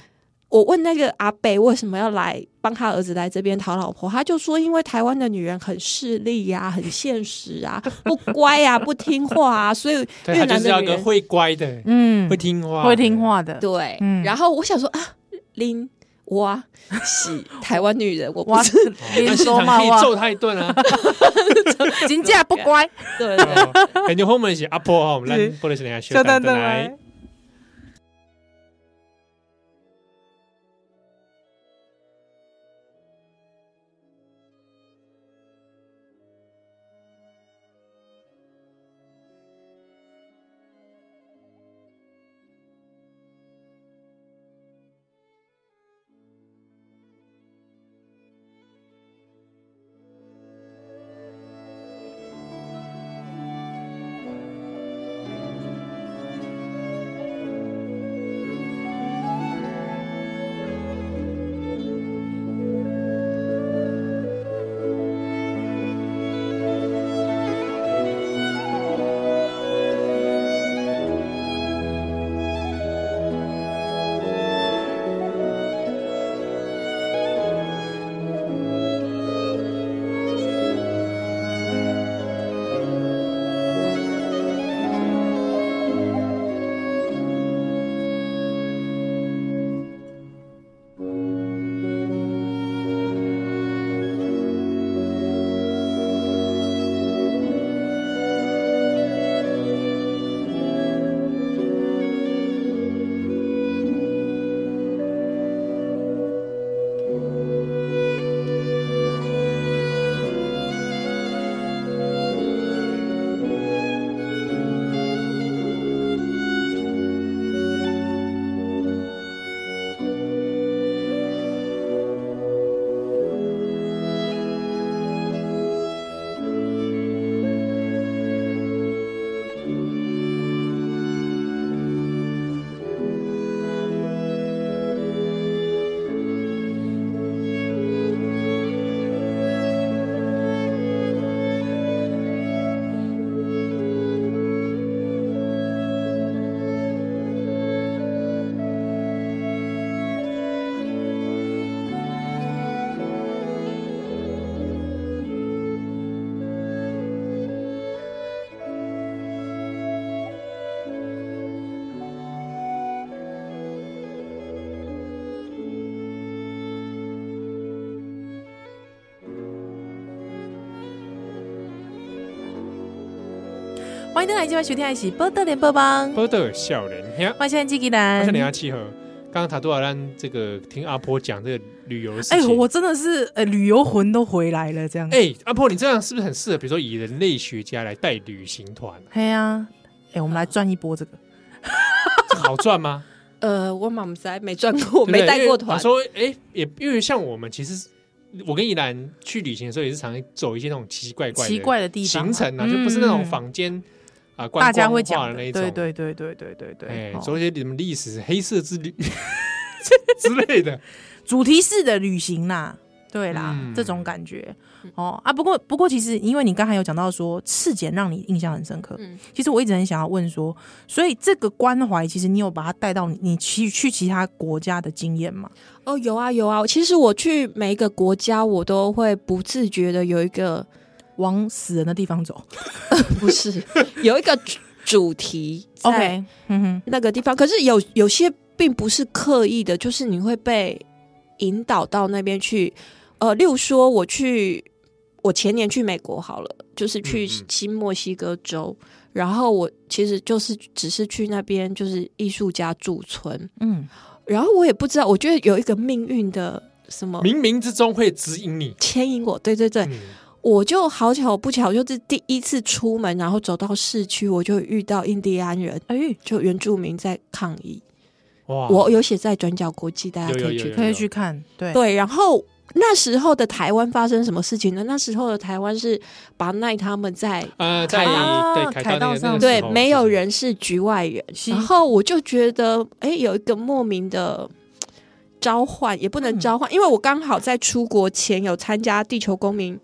[SPEAKER 3] 我问那个阿北为什么要来帮他儿子来这边讨老婆，他就说因为台湾的女人很势利呀、很现实啊，不乖啊，不听话啊，所以
[SPEAKER 2] 对，
[SPEAKER 3] 越
[SPEAKER 2] 他就
[SPEAKER 3] 南
[SPEAKER 2] 是要
[SPEAKER 3] 的女
[SPEAKER 2] 个
[SPEAKER 3] 人
[SPEAKER 2] 会乖的，哦
[SPEAKER 1] 嗯
[SPEAKER 2] 会听话，
[SPEAKER 1] 会听。话的，
[SPEAKER 3] 对，
[SPEAKER 1] 嗯
[SPEAKER 3] 然后我想说啊，拎哇洗台湾女人，我不
[SPEAKER 1] 哇
[SPEAKER 3] 是，
[SPEAKER 2] 那
[SPEAKER 1] 连
[SPEAKER 2] [laughs] 现
[SPEAKER 1] 说
[SPEAKER 2] 场
[SPEAKER 1] 嘛
[SPEAKER 2] 可以
[SPEAKER 1] 哇，
[SPEAKER 2] 揍他一顿啊！
[SPEAKER 1] 金价不
[SPEAKER 2] [laughs]
[SPEAKER 1] 乖，
[SPEAKER 3] 对对
[SPEAKER 2] 哦感觉后面是阿婆哦哈，我们来波多西亚学
[SPEAKER 1] 等
[SPEAKER 2] 蛋
[SPEAKER 1] 等
[SPEAKER 2] 蛋来。。
[SPEAKER 1] 欢迎登来今晚收听的是《波特连播帮》，
[SPEAKER 2] 波多笑人，呀，
[SPEAKER 1] 欢迎现在基吉
[SPEAKER 2] 我
[SPEAKER 1] 兰
[SPEAKER 2] 是。两家契合。刚刚塔多尔兰这个听阿婆讲这个旅游的事
[SPEAKER 1] 哎、
[SPEAKER 2] 情，
[SPEAKER 1] 我真的是呃旅游魂都回来了，这样。
[SPEAKER 2] 哎、阿婆，你这样是不是很适合？比如说以人类学家来带旅行团，
[SPEAKER 1] 嘿呀、啊，哎、我们来赚一波这个。
[SPEAKER 2] 这好赚吗？
[SPEAKER 3] 呃，我满栽没赚
[SPEAKER 2] 对
[SPEAKER 3] 过，
[SPEAKER 2] 不对
[SPEAKER 3] 没带过团
[SPEAKER 2] 我，说，哎、也因为像我们，其实我跟依兰去旅行的时候，也是常走一些那种奇奇怪怪的
[SPEAKER 1] 奇怪的地方嘛
[SPEAKER 2] 行程啊，
[SPEAKER 1] 嗯
[SPEAKER 2] 就不是那种坊间啊、观
[SPEAKER 1] 大家
[SPEAKER 2] 光
[SPEAKER 1] 会
[SPEAKER 2] 化
[SPEAKER 1] 讲
[SPEAKER 2] 的那一种，
[SPEAKER 1] 对对对对对对对，
[SPEAKER 2] 哎、
[SPEAKER 1] 哦
[SPEAKER 2] 走一些什么历史黑色之旅之类的，
[SPEAKER 1] 哦主题式的旅行啦，对啦，
[SPEAKER 2] 嗯
[SPEAKER 1] 这种感觉
[SPEAKER 3] 嗯
[SPEAKER 1] 哦啊。不过不过，其实因为你刚才有讲到说赤检让你印象很深刻，
[SPEAKER 3] 嗯
[SPEAKER 1] 其实我一直很想要问说，所以这个关怀，其实你有把它带到你你去去其他国家的经验吗？
[SPEAKER 3] 哦，有啊有啊，其实我去每一个国家，我都会不自觉的有一个
[SPEAKER 1] 往死人的地方走
[SPEAKER 3] 不是有一个主主题在
[SPEAKER 1] ，OK，嗯哼，
[SPEAKER 3] 那个地方，可是有有些并不是刻意的，就是你会被引导到那边去。呃，例如说我去，我前年去美国好了，就是去
[SPEAKER 2] 嗯嗯
[SPEAKER 3] 新墨西哥州，然后我其实就是只是去那边就是艺术家驻村，
[SPEAKER 1] 嗯，
[SPEAKER 3] 然后我也不知道，我觉得有一个命运的什么
[SPEAKER 2] [laughs] 冥冥之中会指引你。
[SPEAKER 3] 牵引我，哦对对对，
[SPEAKER 2] 嗯，
[SPEAKER 3] 我就好巧不巧，就是第一次出门，然后走到市区，我就遇到印第安人，
[SPEAKER 1] 哎、
[SPEAKER 3] 就原住民在抗议。
[SPEAKER 2] 哇，
[SPEAKER 3] 我有写在转角国际，大家
[SPEAKER 2] 有有
[SPEAKER 3] 可以
[SPEAKER 2] 哦有
[SPEAKER 3] 去
[SPEAKER 2] 有
[SPEAKER 3] 看。
[SPEAKER 1] 可以去看，对，
[SPEAKER 3] 对，然后那时候的台湾发生什么事情呢？那时候的台湾是把奈他们在
[SPEAKER 2] 呃，在
[SPEAKER 1] 啊
[SPEAKER 2] 对凯
[SPEAKER 1] 凯
[SPEAKER 2] 道那
[SPEAKER 1] 道
[SPEAKER 2] 个那
[SPEAKER 1] 上
[SPEAKER 2] 个
[SPEAKER 3] 对
[SPEAKER 2] 时候
[SPEAKER 3] 没
[SPEAKER 2] 就
[SPEAKER 3] 有
[SPEAKER 2] 是
[SPEAKER 3] 人是局外人，
[SPEAKER 1] 是
[SPEAKER 3] 然后我就觉得哎有一个莫名的。召唤也不能召唤，因为我刚好在出国前有参加地球公民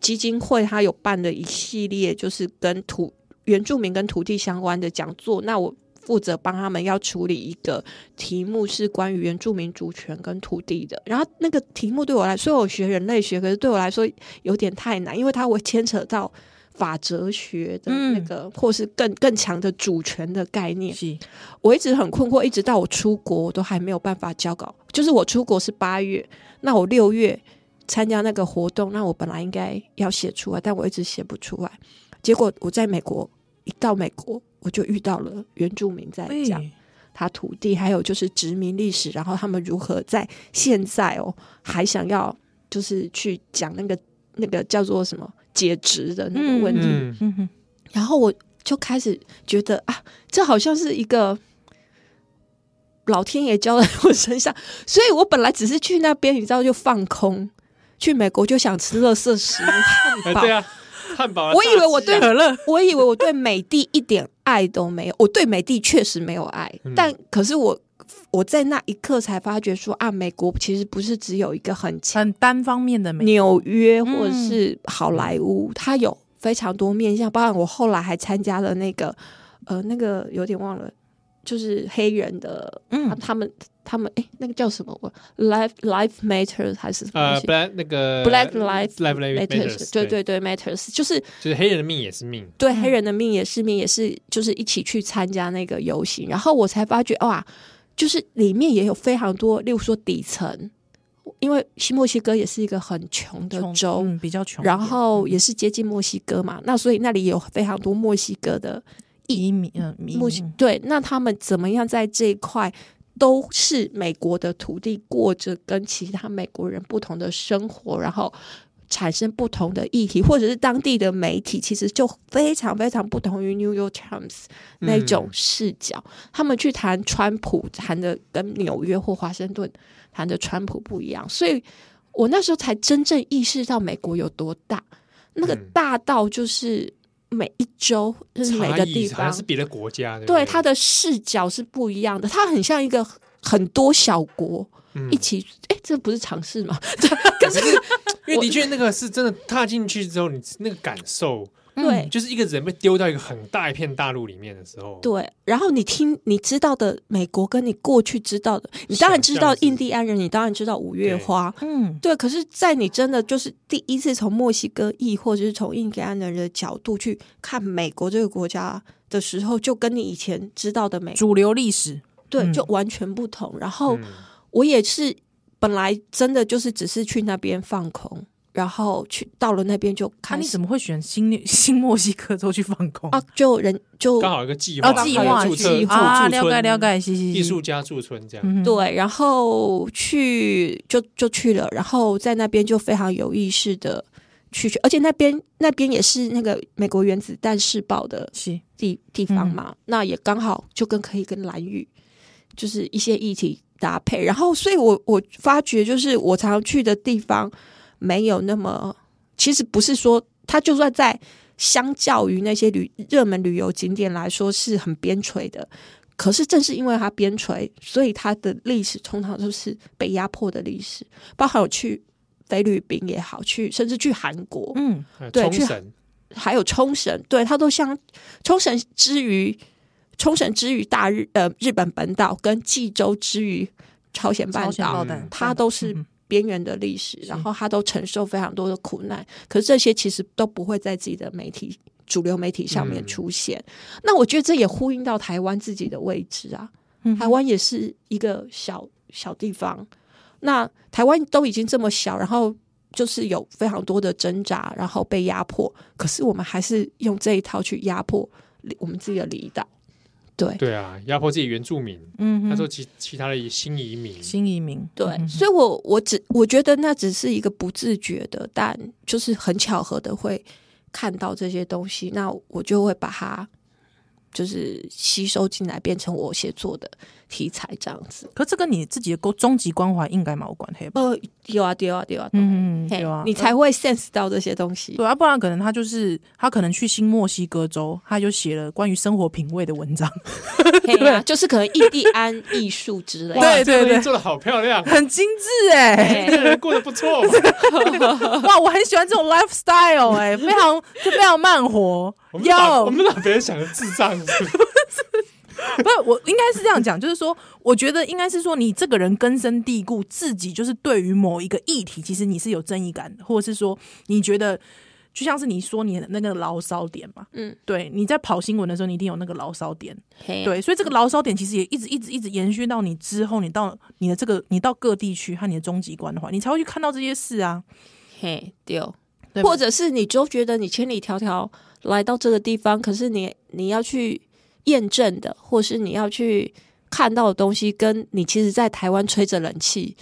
[SPEAKER 3] 基金会，它有办的一系列就是跟土原住民跟土地相关的讲座。那我负责帮他们要处理一个题目，是关于原住民主权跟土地的。然后那个题目对我来说，我学人类学，可是对我来说有点太难，因为它会牵扯到法哲学的那个，或是更更强的主权的概念。
[SPEAKER 1] 是
[SPEAKER 3] 我一直很困惑，一直到我出国，我都还没有办法交稿。就是我出国是八月，那我六月参加那个活动，那我本来应该要写出来，但我一直写不出来。结果我在美国，一到美国我就遇到了原住民在讲
[SPEAKER 1] 哎
[SPEAKER 3] 他土地，还有就是殖民历史，然后他们如何在现在哦还想要就是去讲那个那个叫做什么解职的那个问题，
[SPEAKER 2] 嗯，
[SPEAKER 1] 嗯
[SPEAKER 3] [laughs]
[SPEAKER 1] 哼，
[SPEAKER 3] 然后我就开始觉得啊，这好像是一个老天爷交在我身上，所以我本来只是去那边，你知道就放空。去美国就想吃乐色食物 [laughs] 汉
[SPEAKER 2] 哎
[SPEAKER 3] 堡，
[SPEAKER 2] 对啊，汉堡啊，
[SPEAKER 3] 我以为我
[SPEAKER 2] 炸鸡啊
[SPEAKER 3] 对
[SPEAKER 1] 可乐
[SPEAKER 3] 我以为我对美帝一点爱都没有，我对美帝确实没有爱，
[SPEAKER 2] 嗯
[SPEAKER 3] 但可是我我在那一刻才发觉说啊，美国其实不是只有一个很强。
[SPEAKER 1] 很单方面的美，
[SPEAKER 3] 纽约或者是好莱坞，它有非常多面向，包含我后来还参加了那个呃那个有点忘了，就是黑人的，他
[SPEAKER 1] 嗯，
[SPEAKER 3] 他们他们哎、那个叫什么我？Life Life Matters 还是什么
[SPEAKER 2] 呃
[SPEAKER 3] 东西、
[SPEAKER 2] ，black 那个
[SPEAKER 3] Black Lives
[SPEAKER 2] Black Lives Matters，
[SPEAKER 3] 对，对对 Matters 就是
[SPEAKER 2] 就是黑人的命也是命，
[SPEAKER 3] 对
[SPEAKER 1] 嗯
[SPEAKER 3] 黑人的命也是命，也是就是一起去参加那个游行，然后我才发觉哇，就是里面也有非常多，例如说底层。因为西墨西哥也是一个很穷的
[SPEAKER 1] 穷
[SPEAKER 3] 州，
[SPEAKER 1] 嗯比较穷一点，
[SPEAKER 3] 然后
[SPEAKER 1] 嗯
[SPEAKER 3] 也是接近墨西哥嘛，那所以那里有非常多墨西哥的
[SPEAKER 1] 移民，嗯，移
[SPEAKER 3] 墨西
[SPEAKER 1] 民
[SPEAKER 3] 对，那他们怎么样在这一块都是美国的土地，过着跟其他美国人不同的生活，然后产生不同的议题，或者是当地的媒体其实就非常非常不同于 New York Times 那
[SPEAKER 2] 嗯
[SPEAKER 3] 种视角，他们去谈川普谈的跟纽约或华盛顿谈的川普不一样，所以我那时候才真正意识到美国有多大，那个
[SPEAKER 2] 嗯
[SPEAKER 3] 大到就是。每一周就是每
[SPEAKER 2] 差
[SPEAKER 3] 个地
[SPEAKER 2] 异好
[SPEAKER 3] 方
[SPEAKER 2] 像是别的国家，对不
[SPEAKER 3] 对
[SPEAKER 2] 对
[SPEAKER 3] 它的视角是不一样的，它很像一个很多小国
[SPEAKER 2] 嗯
[SPEAKER 3] 一起，哎、这不是尝试吗？ [laughs]
[SPEAKER 2] 因为的确那个是真的踏进去之后，你那个感受，
[SPEAKER 3] 对
[SPEAKER 2] 就是一个人被丢到一个很大一片大陆里面的时候，
[SPEAKER 3] 对，然后你听你知道的美国，跟你过去知道的，你当然知
[SPEAKER 2] 想
[SPEAKER 3] 道
[SPEAKER 2] 象是
[SPEAKER 3] 印第安人，你当然知道五月花。
[SPEAKER 1] 嗯，
[SPEAKER 3] 对，可是，在你真的就是第一次从墨西哥裔或者是从印第安人的角度去看美国这个国家的时候，就跟你以前知道的美国，
[SPEAKER 1] 主流历史，
[SPEAKER 3] 对，
[SPEAKER 1] 嗯
[SPEAKER 3] 就完全不同。然后
[SPEAKER 2] 嗯，
[SPEAKER 3] 我也是本来真的就是只是去那边放空，然后去到了那边就
[SPEAKER 1] 看
[SPEAKER 3] 开
[SPEAKER 1] 啊你
[SPEAKER 3] 始
[SPEAKER 1] 怎么会选新 [laughs] 新墨西哥州去放空
[SPEAKER 3] 啊，就人就
[SPEAKER 2] 刚好有一个计划，
[SPEAKER 1] 哦，计
[SPEAKER 2] 还有
[SPEAKER 1] 划
[SPEAKER 2] 注册
[SPEAKER 1] 计
[SPEAKER 2] 驻
[SPEAKER 1] 划啊，了
[SPEAKER 2] 驻
[SPEAKER 1] 解
[SPEAKER 2] 村
[SPEAKER 1] 了解，是是是
[SPEAKER 2] 艺术家驻村这样，
[SPEAKER 1] 嗯哼
[SPEAKER 3] 对，然后去就就去了，然后在那边就非常有意识的去去，而且那边那边也是那个美国原子弹试爆的
[SPEAKER 1] 是
[SPEAKER 3] 地地方嘛，那也刚好就跟可以跟蓝雨就是一些议题搭配。然后，所以我我发觉就是我常去的地方没有那么，其实不是说它就算在相较于那些旅热门旅游景点来说是很边陲的。可是正是因为它边陲，所以它的历史通常都是被压迫的历史，包含我去菲律宾也好，去甚至去韩国，
[SPEAKER 1] 嗯
[SPEAKER 2] 还有
[SPEAKER 3] 对
[SPEAKER 2] 呃冲
[SPEAKER 3] 去
[SPEAKER 2] 绳，
[SPEAKER 3] 还有冲绳，对它都相冲绳之于冲绳之于大日呃日本本岛跟济州之于朝鲜半
[SPEAKER 1] 朝鲜
[SPEAKER 3] 岛
[SPEAKER 1] 爆，弹，
[SPEAKER 3] 它都是
[SPEAKER 1] 嗯
[SPEAKER 3] 边缘的历史，然后它都承受非常多的苦难，可是这些其实都不会在自己的媒体主流媒体上面
[SPEAKER 2] 嗯
[SPEAKER 3] 出现。那我觉得这也呼应到台湾自己的位置啊，
[SPEAKER 1] 嗯
[SPEAKER 3] 台湾也是一个小小地方，那台湾都已经这么小，然后就是有非常多的挣扎，然后被压迫，可是我们还是用这一套去压迫离我们自己的离岛。对
[SPEAKER 2] 对啊，压迫自己原住民，
[SPEAKER 1] 嗯哼
[SPEAKER 2] 他说其其他的新移民，
[SPEAKER 1] 新移民，
[SPEAKER 3] 对，
[SPEAKER 1] 嗯哼
[SPEAKER 3] 所以我我只我觉得那只是一个不自觉的，但就是很巧合的会看到这些东西，那我就会把它就是吸收进来，变成我写作的题材这样子。
[SPEAKER 1] 可这跟你自己的终终极关怀应该蛮有关系吧？
[SPEAKER 3] 哦，有啊，有啊，有啊，
[SPEAKER 1] 嗯，
[SPEAKER 3] 嘿
[SPEAKER 1] 对啊，
[SPEAKER 3] 你才会 sense 到这些东西。
[SPEAKER 1] 对啊，不然可能他就是他可能去新墨西哥州，他就写了关于生活品味的文章，
[SPEAKER 3] [laughs] 嘿啊，就是可能印第安艺术之类
[SPEAKER 1] 哇对对
[SPEAKER 3] 的。
[SPEAKER 2] 这个东西
[SPEAKER 1] 对
[SPEAKER 2] 做的好漂亮，
[SPEAKER 1] 很精致哎、 [laughs]
[SPEAKER 3] 嘿
[SPEAKER 2] 这个人过得不错嘛。
[SPEAKER 1] 哇，我很喜欢这种 lifestyle 哎、非常就非常慢 [laughs] 活。
[SPEAKER 2] 我们把我
[SPEAKER 1] 有，
[SPEAKER 2] 们把别人想的智障是不是
[SPEAKER 1] 不是我应该是这样讲，就是说，我觉得应该是说，你这个人根深蒂固，自己就是对于某一个议题，其实你是有正义感的，或者是说，你觉得就像是你说你的那个牢骚点嘛，
[SPEAKER 3] 嗯，
[SPEAKER 1] 对，你在跑新闻的时候，你一定有那个牢骚点，
[SPEAKER 3] 嘿啊，
[SPEAKER 1] 对，所以这个牢骚点其实也一直一直一直延续到你之后，你到你的这个你到各地区和你的终极关怀，你才会去看到这些事啊，
[SPEAKER 3] 嘿，对哦。
[SPEAKER 1] 对吧
[SPEAKER 3] 或者是你就觉得你千里迢迢来到这个地方，可是你你要去验证的，或是你要去看到的东西，跟你其实在台湾吹着冷气、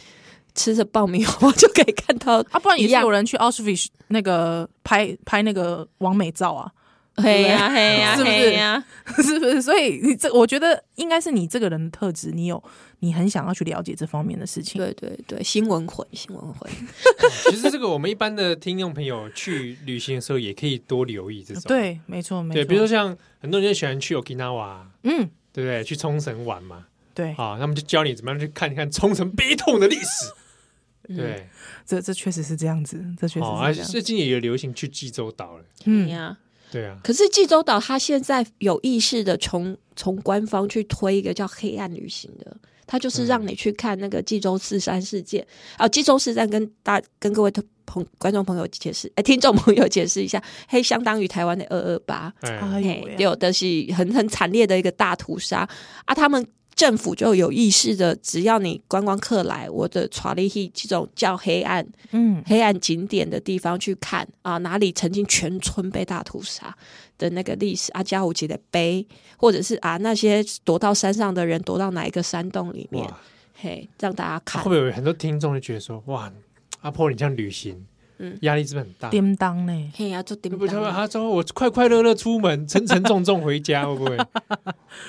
[SPEAKER 3] 吃着爆米花就可以看到，
[SPEAKER 1] 啊，不然也
[SPEAKER 3] 一
[SPEAKER 1] 是
[SPEAKER 3] 样
[SPEAKER 1] 有人去 Auschwitz 那个拍拍那个完美照啊，
[SPEAKER 3] 嘿呀嘿呀
[SPEAKER 1] 是不是
[SPEAKER 3] 嘿啊呀，
[SPEAKER 1] [laughs] 是不是？所以你这，我觉得应该是你这个人的特质，你有你很想要去了解这方面的事情。
[SPEAKER 3] 对对对，新闻魂，新闻魂，
[SPEAKER 2] 哦其实这个我们一般的听众朋友去旅行的时候，也可以多留意这种。
[SPEAKER 1] 对，没错，没错。
[SPEAKER 2] 对，比如说，像很多人就喜欢去 Okinawa，
[SPEAKER 1] 嗯，
[SPEAKER 2] 对不对？去冲绳玩嘛，
[SPEAKER 1] 对，
[SPEAKER 2] 好，他们就教你怎么样去看一看冲绳悲痛的历史。对，
[SPEAKER 1] 这这确实是这样子，嗯这确实
[SPEAKER 2] 哦，啊，
[SPEAKER 1] 是这样。
[SPEAKER 2] 最近也有流行去济州岛了。
[SPEAKER 3] 嗯
[SPEAKER 1] 嗯，
[SPEAKER 3] 呀。
[SPEAKER 2] 对啊，
[SPEAKER 3] 可是济州岛它现在有意识的从从官方去推一个叫黑暗旅行的，它就是
[SPEAKER 1] 嗯
[SPEAKER 3] 让你去看那个济州四山事件啊、济州四山跟大跟各位朋观众朋友解释，哎、 [laughs] 听众朋友解释一下，嘿，相当于台湾的二二八，
[SPEAKER 1] 哎
[SPEAKER 2] 哎，
[SPEAKER 1] 呦
[SPEAKER 3] 嘿
[SPEAKER 1] 喂，啊，
[SPEAKER 3] 有的是很很惨烈的一个大屠杀啊，他们。政府就有意识的，只要你观光客来，我的查利希这种叫黑暗
[SPEAKER 1] 嗯，
[SPEAKER 3] 黑暗景点的地方去看啊，哪里曾经全村被大屠杀的那个历史啊，加武吉的碑，或者是啊那些躲到山上的人躲到哪一个山洞里面
[SPEAKER 2] 哇，，
[SPEAKER 3] 嘿，让大家看
[SPEAKER 2] 会不。会有很多听众就觉得说，哇，阿婆你这样旅行，
[SPEAKER 3] 嗯
[SPEAKER 2] 压力是不是很大？
[SPEAKER 1] 叮当呢？ [laughs]
[SPEAKER 3] 嘿呀、就顶
[SPEAKER 2] 会
[SPEAKER 3] 不
[SPEAKER 2] 不会
[SPEAKER 3] 当
[SPEAKER 2] 他说我快快乐乐出门，沉沉重重
[SPEAKER 1] [laughs]
[SPEAKER 2] 回家，会不会？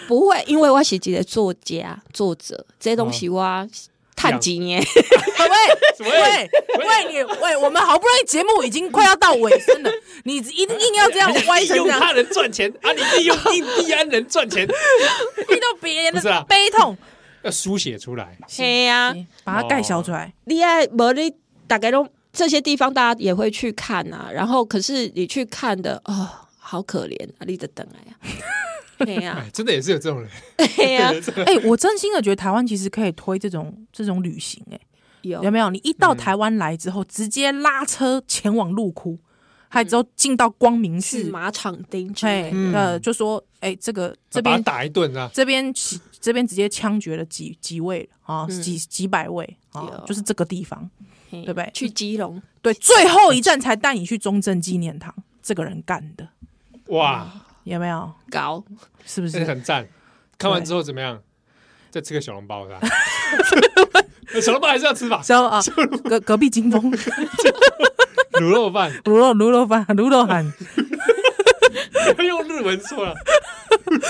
[SPEAKER 3] 不会，因为我是一个作家、作者，这些东西我探几年，
[SPEAKER 1] 啊喂喂喂，你喂，我们好不容易节目已经快要到尾声了， [laughs] 你一定硬要这样歪成
[SPEAKER 2] 利
[SPEAKER 1] 这
[SPEAKER 2] 用
[SPEAKER 1] 样，
[SPEAKER 2] 他人赚钱啊，你利用印第安人赚钱，
[SPEAKER 1] 遇到别人
[SPEAKER 2] 不是啊
[SPEAKER 1] 的悲痛，
[SPEAKER 2] 要书写出来。
[SPEAKER 3] 嘿呀、
[SPEAKER 1] 你把它盖小出来。
[SPEAKER 3] 你爱无你大概都这些地方大家也会去看啊，然后可是你去看的哦，好可怜啊，你得等哎呀，嘿呀
[SPEAKER 2] [laughs] 哎，真的也是有这种人，
[SPEAKER 3] 嘿啊呀，
[SPEAKER 2] 哦
[SPEAKER 1] 哎、我真心的觉得台湾其实可以推这种这种旅行、
[SPEAKER 3] 有
[SPEAKER 1] 哎，有没有？你一到台湾来之后，直接拉车前往鹿窟，还之后进到光明
[SPEAKER 3] 是
[SPEAKER 1] 寺，
[SPEAKER 3] 马场町之类
[SPEAKER 1] 哎、
[SPEAKER 3] 的。
[SPEAKER 1] 呃，就说，哎、这个这
[SPEAKER 2] 嗯把
[SPEAKER 1] 边
[SPEAKER 2] 他打一顿啊。
[SPEAKER 1] 这边起这边直接枪决了几几位啊，几几百位啊
[SPEAKER 3] 有，
[SPEAKER 1] 就是这个地方，
[SPEAKER 3] 对
[SPEAKER 1] 对不对
[SPEAKER 3] 去基隆，
[SPEAKER 1] 对，最后一站才带你去中正纪念堂，这个人干的，
[SPEAKER 2] 哇，
[SPEAKER 1] 有没有？
[SPEAKER 3] 搞
[SPEAKER 1] 是不
[SPEAKER 2] 真的
[SPEAKER 1] 是？
[SPEAKER 2] 很赞。看完之后怎么样？再吃个小笼包是吧？ [laughs] 小笼包还是要吃吧，
[SPEAKER 1] 然后
[SPEAKER 2] [laughs]
[SPEAKER 1] 啊，隔隔壁金峰 [laughs]
[SPEAKER 2] 卤肉饭
[SPEAKER 1] 卤肉卤肉饭卤肉喊，
[SPEAKER 2] 不要用日文说
[SPEAKER 1] 啊
[SPEAKER 2] 了。 [laughs]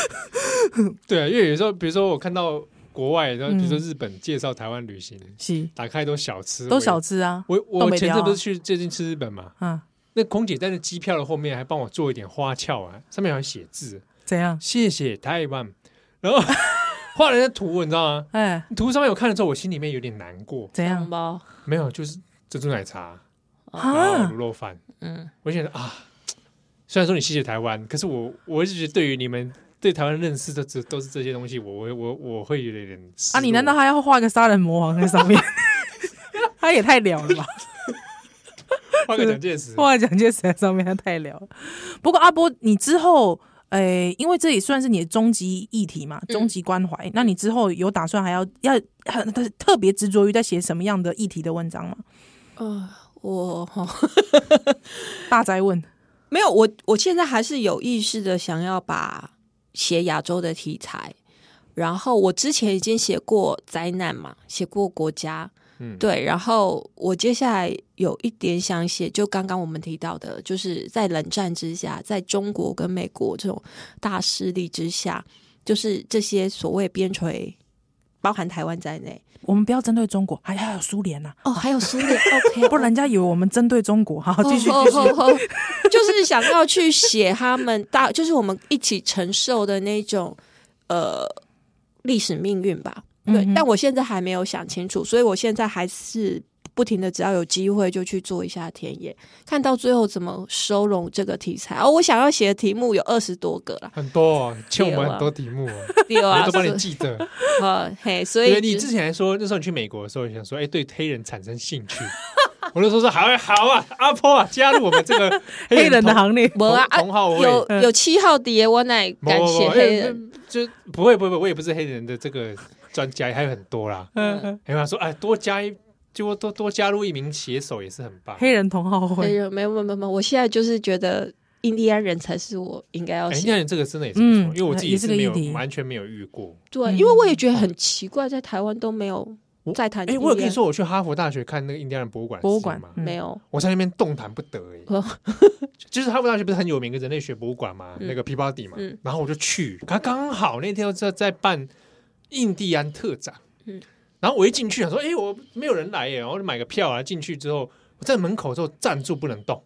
[SPEAKER 2] 对啊，因为有时候，比如说我看到国外，然
[SPEAKER 1] 嗯
[SPEAKER 2] 后比如说日本介绍台湾旅行，
[SPEAKER 1] 是
[SPEAKER 2] 打开都小吃，
[SPEAKER 1] 都小吃啊，
[SPEAKER 2] 我我
[SPEAKER 1] 东
[SPEAKER 2] 我
[SPEAKER 1] 北
[SPEAKER 2] 前
[SPEAKER 1] 料
[SPEAKER 2] 阵
[SPEAKER 1] 啊
[SPEAKER 2] 不是去最近去日本嘛？
[SPEAKER 1] 嗯，
[SPEAKER 2] 那空姐在那机票的后面还帮我做一点花俏啊，上面还有写字，
[SPEAKER 1] 怎样？
[SPEAKER 2] 谢谢台湾，然
[SPEAKER 1] [laughs]
[SPEAKER 2] 后画了那图，你知道吗？
[SPEAKER 1] 哎、
[SPEAKER 2] 图上面我看了之后，我心里面有点难过。
[SPEAKER 1] 怎
[SPEAKER 3] 红
[SPEAKER 1] 样？
[SPEAKER 3] 包，
[SPEAKER 2] 没有，就是珍珠奶茶，然后
[SPEAKER 1] 啊
[SPEAKER 2] 卤，肉饭，
[SPEAKER 3] 嗯，
[SPEAKER 2] 我就觉得啊，虽然说你谢谢台湾，可是我我一直觉得对于你们对台湾的认识都只都是这些东西，我我我我会有点失
[SPEAKER 1] 啊，你难道
[SPEAKER 2] [laughs] 落
[SPEAKER 1] 还要画个杀人魔王在上面？他也太了了吧！
[SPEAKER 2] 换个蒋介石？
[SPEAKER 1] 画蒋介石在上面，他太了了。不过阿波，你之后，诶、因为这也算是你的终极议题嘛，终极关怀。那你之后有打算还要要很特特别执着于在写什么样的议题的文章吗？
[SPEAKER 3] 呃，我
[SPEAKER 1] 大灾问，
[SPEAKER 3] 没有，我我现在还是有意识的想要把写亚洲的题材，然后我之前已经写过灾难嘛，写过国家，
[SPEAKER 2] 嗯，，
[SPEAKER 3] 对，然后我接下来有一点想写，就刚刚我们提到的，就是在冷战之下，在中国跟美国这种大势力之下，就是这些所谓边陲，包含台湾在内，
[SPEAKER 1] 我们不要针对中国，还还有苏联呐，
[SPEAKER 3] 哦，还有苏联
[SPEAKER 1] [laughs]
[SPEAKER 3] ，OK，
[SPEAKER 1] 不然人家以为我们针对中国。好，继续
[SPEAKER 3] 哦
[SPEAKER 1] 继续。
[SPEAKER 3] 哦哦哦就是想要去写他们大，就是我们一起承受的那种呃历史命运吧。对，
[SPEAKER 1] 嗯哼
[SPEAKER 3] 但我现在还没有想清楚，所以我现在还是不停的，只要有机会就去做一下田野，看到最后怎么收拢这个题材。哦，我想要写的题目有二十多个啦
[SPEAKER 2] 很多哦，欠我们很多题目哦，
[SPEAKER 3] [laughs]
[SPEAKER 2] [laughs]
[SPEAKER 3] 对
[SPEAKER 2] 我
[SPEAKER 3] 啊，
[SPEAKER 2] 都帮你
[SPEAKER 3] 是
[SPEAKER 2] 记着。
[SPEAKER 3] 呃嘿，所
[SPEAKER 2] 因
[SPEAKER 3] 以
[SPEAKER 2] 为你
[SPEAKER 3] 就
[SPEAKER 2] 之前还说那时候你去美国的时候，你想说哎对黑人产生兴趣， [laughs] 我那时候说好啊好啊，阿婆啊，加入我们这
[SPEAKER 3] [laughs]
[SPEAKER 2] 个
[SPEAKER 1] 黑人的
[SPEAKER 2] 同
[SPEAKER 1] 行列，
[SPEAKER 3] 没啊，啊
[SPEAKER 2] 同同好我也
[SPEAKER 3] 有
[SPEAKER 1] 嗯
[SPEAKER 3] 有七号的耶，我乃
[SPEAKER 2] 某某
[SPEAKER 3] 感
[SPEAKER 2] 某
[SPEAKER 3] 谢
[SPEAKER 2] 哎
[SPEAKER 3] 黑人。
[SPEAKER 2] 那就不会不会，不会我也不是黑人的这个专家，还有很多啦。
[SPEAKER 1] 嗯嗯
[SPEAKER 2] 还有他说哎，多加一就多多加入一名写手也是很棒。
[SPEAKER 1] 黑人同好
[SPEAKER 3] 没
[SPEAKER 1] 会，
[SPEAKER 3] 有，没有，没有，没有。我现在就是觉得印第安人才是我应该要
[SPEAKER 2] 哎，
[SPEAKER 3] 写的。
[SPEAKER 2] 那你这个真的也是不错，
[SPEAKER 1] 嗯
[SPEAKER 2] 因为我自己
[SPEAKER 1] 也是个
[SPEAKER 2] 没
[SPEAKER 1] 议题
[SPEAKER 2] 有完全没有遇过。
[SPEAKER 3] 对，啊
[SPEAKER 1] 嗯
[SPEAKER 3] 因为我也觉得很奇怪，在台湾都没有
[SPEAKER 2] 我
[SPEAKER 3] 在谈。
[SPEAKER 2] 哎，我有跟你，说，我去哈佛大学看那个印第安人博物馆的
[SPEAKER 1] 博物
[SPEAKER 2] 事情
[SPEAKER 1] 馆
[SPEAKER 2] 吗
[SPEAKER 1] 嗯
[SPEAKER 3] 没有。
[SPEAKER 2] 我在那边动弹不得哎、
[SPEAKER 3] 哦
[SPEAKER 2] [laughs] 就是哈佛大学不是很有名的人类学博物馆嘛，
[SPEAKER 3] 嗯
[SPEAKER 2] 那个皮包底嘛，
[SPEAKER 3] 嗯
[SPEAKER 2] 然后我就去，他刚好那天在在办印第安特展，
[SPEAKER 3] 嗯
[SPEAKER 2] 然后我一进去想说，哎、我没有人来耶，然后我就买个票啊，进去之后我在门口之后站住不能动，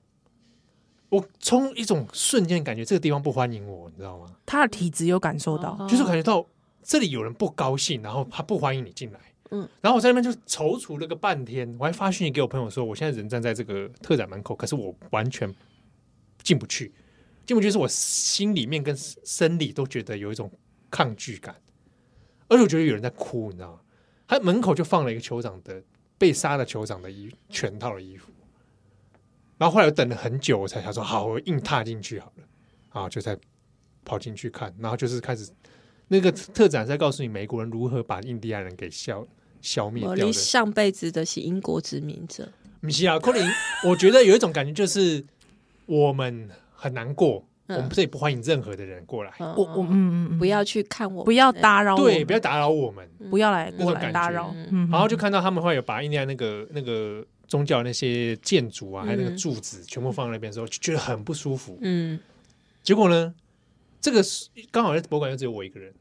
[SPEAKER 2] 我从一种瞬间感觉这个地方不欢迎我，你知道吗？
[SPEAKER 1] 他的体质有感受到，
[SPEAKER 3] 哦
[SPEAKER 2] 就是感觉到这里有人不高兴，然后他不欢迎你进来。
[SPEAKER 3] 嗯，
[SPEAKER 2] 然后我在那边就踌躇了个半天，我还发讯息给我朋友说，我现在人站在这个特展门口，可是我完全进不去，进不去是我心里面跟生理都觉得有一种抗拒感，而且我觉得有人在哭，你知道吗？他门口就放了一个酋长的被杀的酋长的衣全套的衣服，然后后来我等了很久，我才想说好，我硬踏进去好了，然后就才跑进去看，然后就是开始那个特展在告诉你美国人如何把印第安人给消消灭
[SPEAKER 3] 我
[SPEAKER 2] 掉
[SPEAKER 3] 离
[SPEAKER 2] 的。
[SPEAKER 3] 上辈子的是英国殖民者，
[SPEAKER 2] 不是啊，柯林，我觉得有一种感觉就是我们很难过，
[SPEAKER 3] 嗯
[SPEAKER 2] 我们这里不欢迎任何的人过来，
[SPEAKER 3] 嗯
[SPEAKER 1] 我我嗯嗯嗯，
[SPEAKER 3] 不要去看我，
[SPEAKER 1] 不要，打扰我，
[SPEAKER 2] 对，不要打扰我们。
[SPEAKER 1] 不要来
[SPEAKER 2] 嗯那
[SPEAKER 1] 过
[SPEAKER 2] 种
[SPEAKER 1] 来
[SPEAKER 2] 感
[SPEAKER 1] 打
[SPEAKER 2] 觉
[SPEAKER 1] 扰
[SPEAKER 3] 嗯，
[SPEAKER 1] 嗯，
[SPEAKER 2] 然后就看到他们会有把印第安那个那个宗教那些建筑啊，还有那个
[SPEAKER 3] 嗯
[SPEAKER 2] 柱子全部放在那边的时候，就觉得很不舒服。
[SPEAKER 3] 嗯，
[SPEAKER 2] 结果呢，这个是刚好在博物馆就只有我一个人，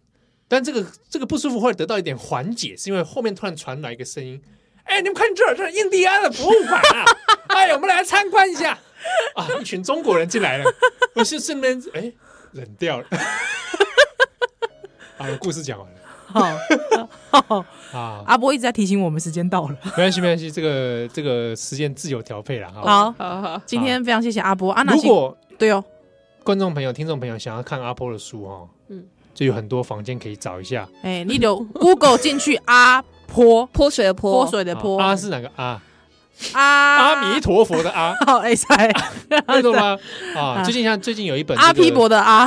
[SPEAKER 2] 但这个这个不舒服会得到一点缓解，是因为后面突然传来一个声音：“哎，你们看这儿，这是印第安的博物馆
[SPEAKER 1] [laughs]
[SPEAKER 2] 啊！哎，我们来参观一下。”啊，一群中国人进来了，我是顺便哎冷掉
[SPEAKER 1] [laughs]
[SPEAKER 2] 了。好了，故事讲完了
[SPEAKER 1] 好，好
[SPEAKER 2] 啊，
[SPEAKER 1] 阿波一直在提醒我们时间到了。
[SPEAKER 2] [laughs] 没关系，没关系，这个这个时间自由调配了哈。
[SPEAKER 1] [laughs] 好，
[SPEAKER 3] 好好，
[SPEAKER 1] 今天非常谢谢阿波。阿娜
[SPEAKER 2] 如
[SPEAKER 1] 西，
[SPEAKER 2] 果
[SPEAKER 1] 对哦，
[SPEAKER 2] 观众朋友、听众朋友想要看阿波的书哦，嗯
[SPEAKER 3] 嗯，
[SPEAKER 2] 就有很多房间可以找一下。
[SPEAKER 1] 哎，你
[SPEAKER 2] [laughs]
[SPEAKER 1] 留 Google 进去阿波
[SPEAKER 3] 泼水的泼，
[SPEAKER 1] 泼水的
[SPEAKER 2] 啊
[SPEAKER 1] 泼
[SPEAKER 2] 阿是哪个阿？
[SPEAKER 1] 阿，
[SPEAKER 2] 阿弥陀佛的阿
[SPEAKER 1] [laughs] 好哎塞，
[SPEAKER 2] 你懂吗？
[SPEAKER 1] 啊
[SPEAKER 2] 啊，最近像最近有一本
[SPEAKER 1] 阿
[SPEAKER 2] 这个
[SPEAKER 1] 皮博的阿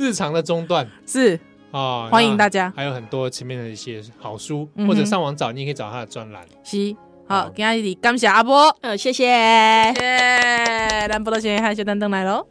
[SPEAKER 2] 日常的中断
[SPEAKER 1] 是
[SPEAKER 2] 啊，
[SPEAKER 1] 欢迎大
[SPEAKER 2] 家。
[SPEAKER 1] 家
[SPEAKER 2] 还有很多前面的一些好书，
[SPEAKER 1] 嗯哼
[SPEAKER 2] 或者上网找，你也可以找他的专栏。
[SPEAKER 1] 是
[SPEAKER 2] 好
[SPEAKER 1] 好，今天感谢阿波，
[SPEAKER 3] 嗯呃，谢谢。
[SPEAKER 1] 耶，咱波多先害羞丹登来喽。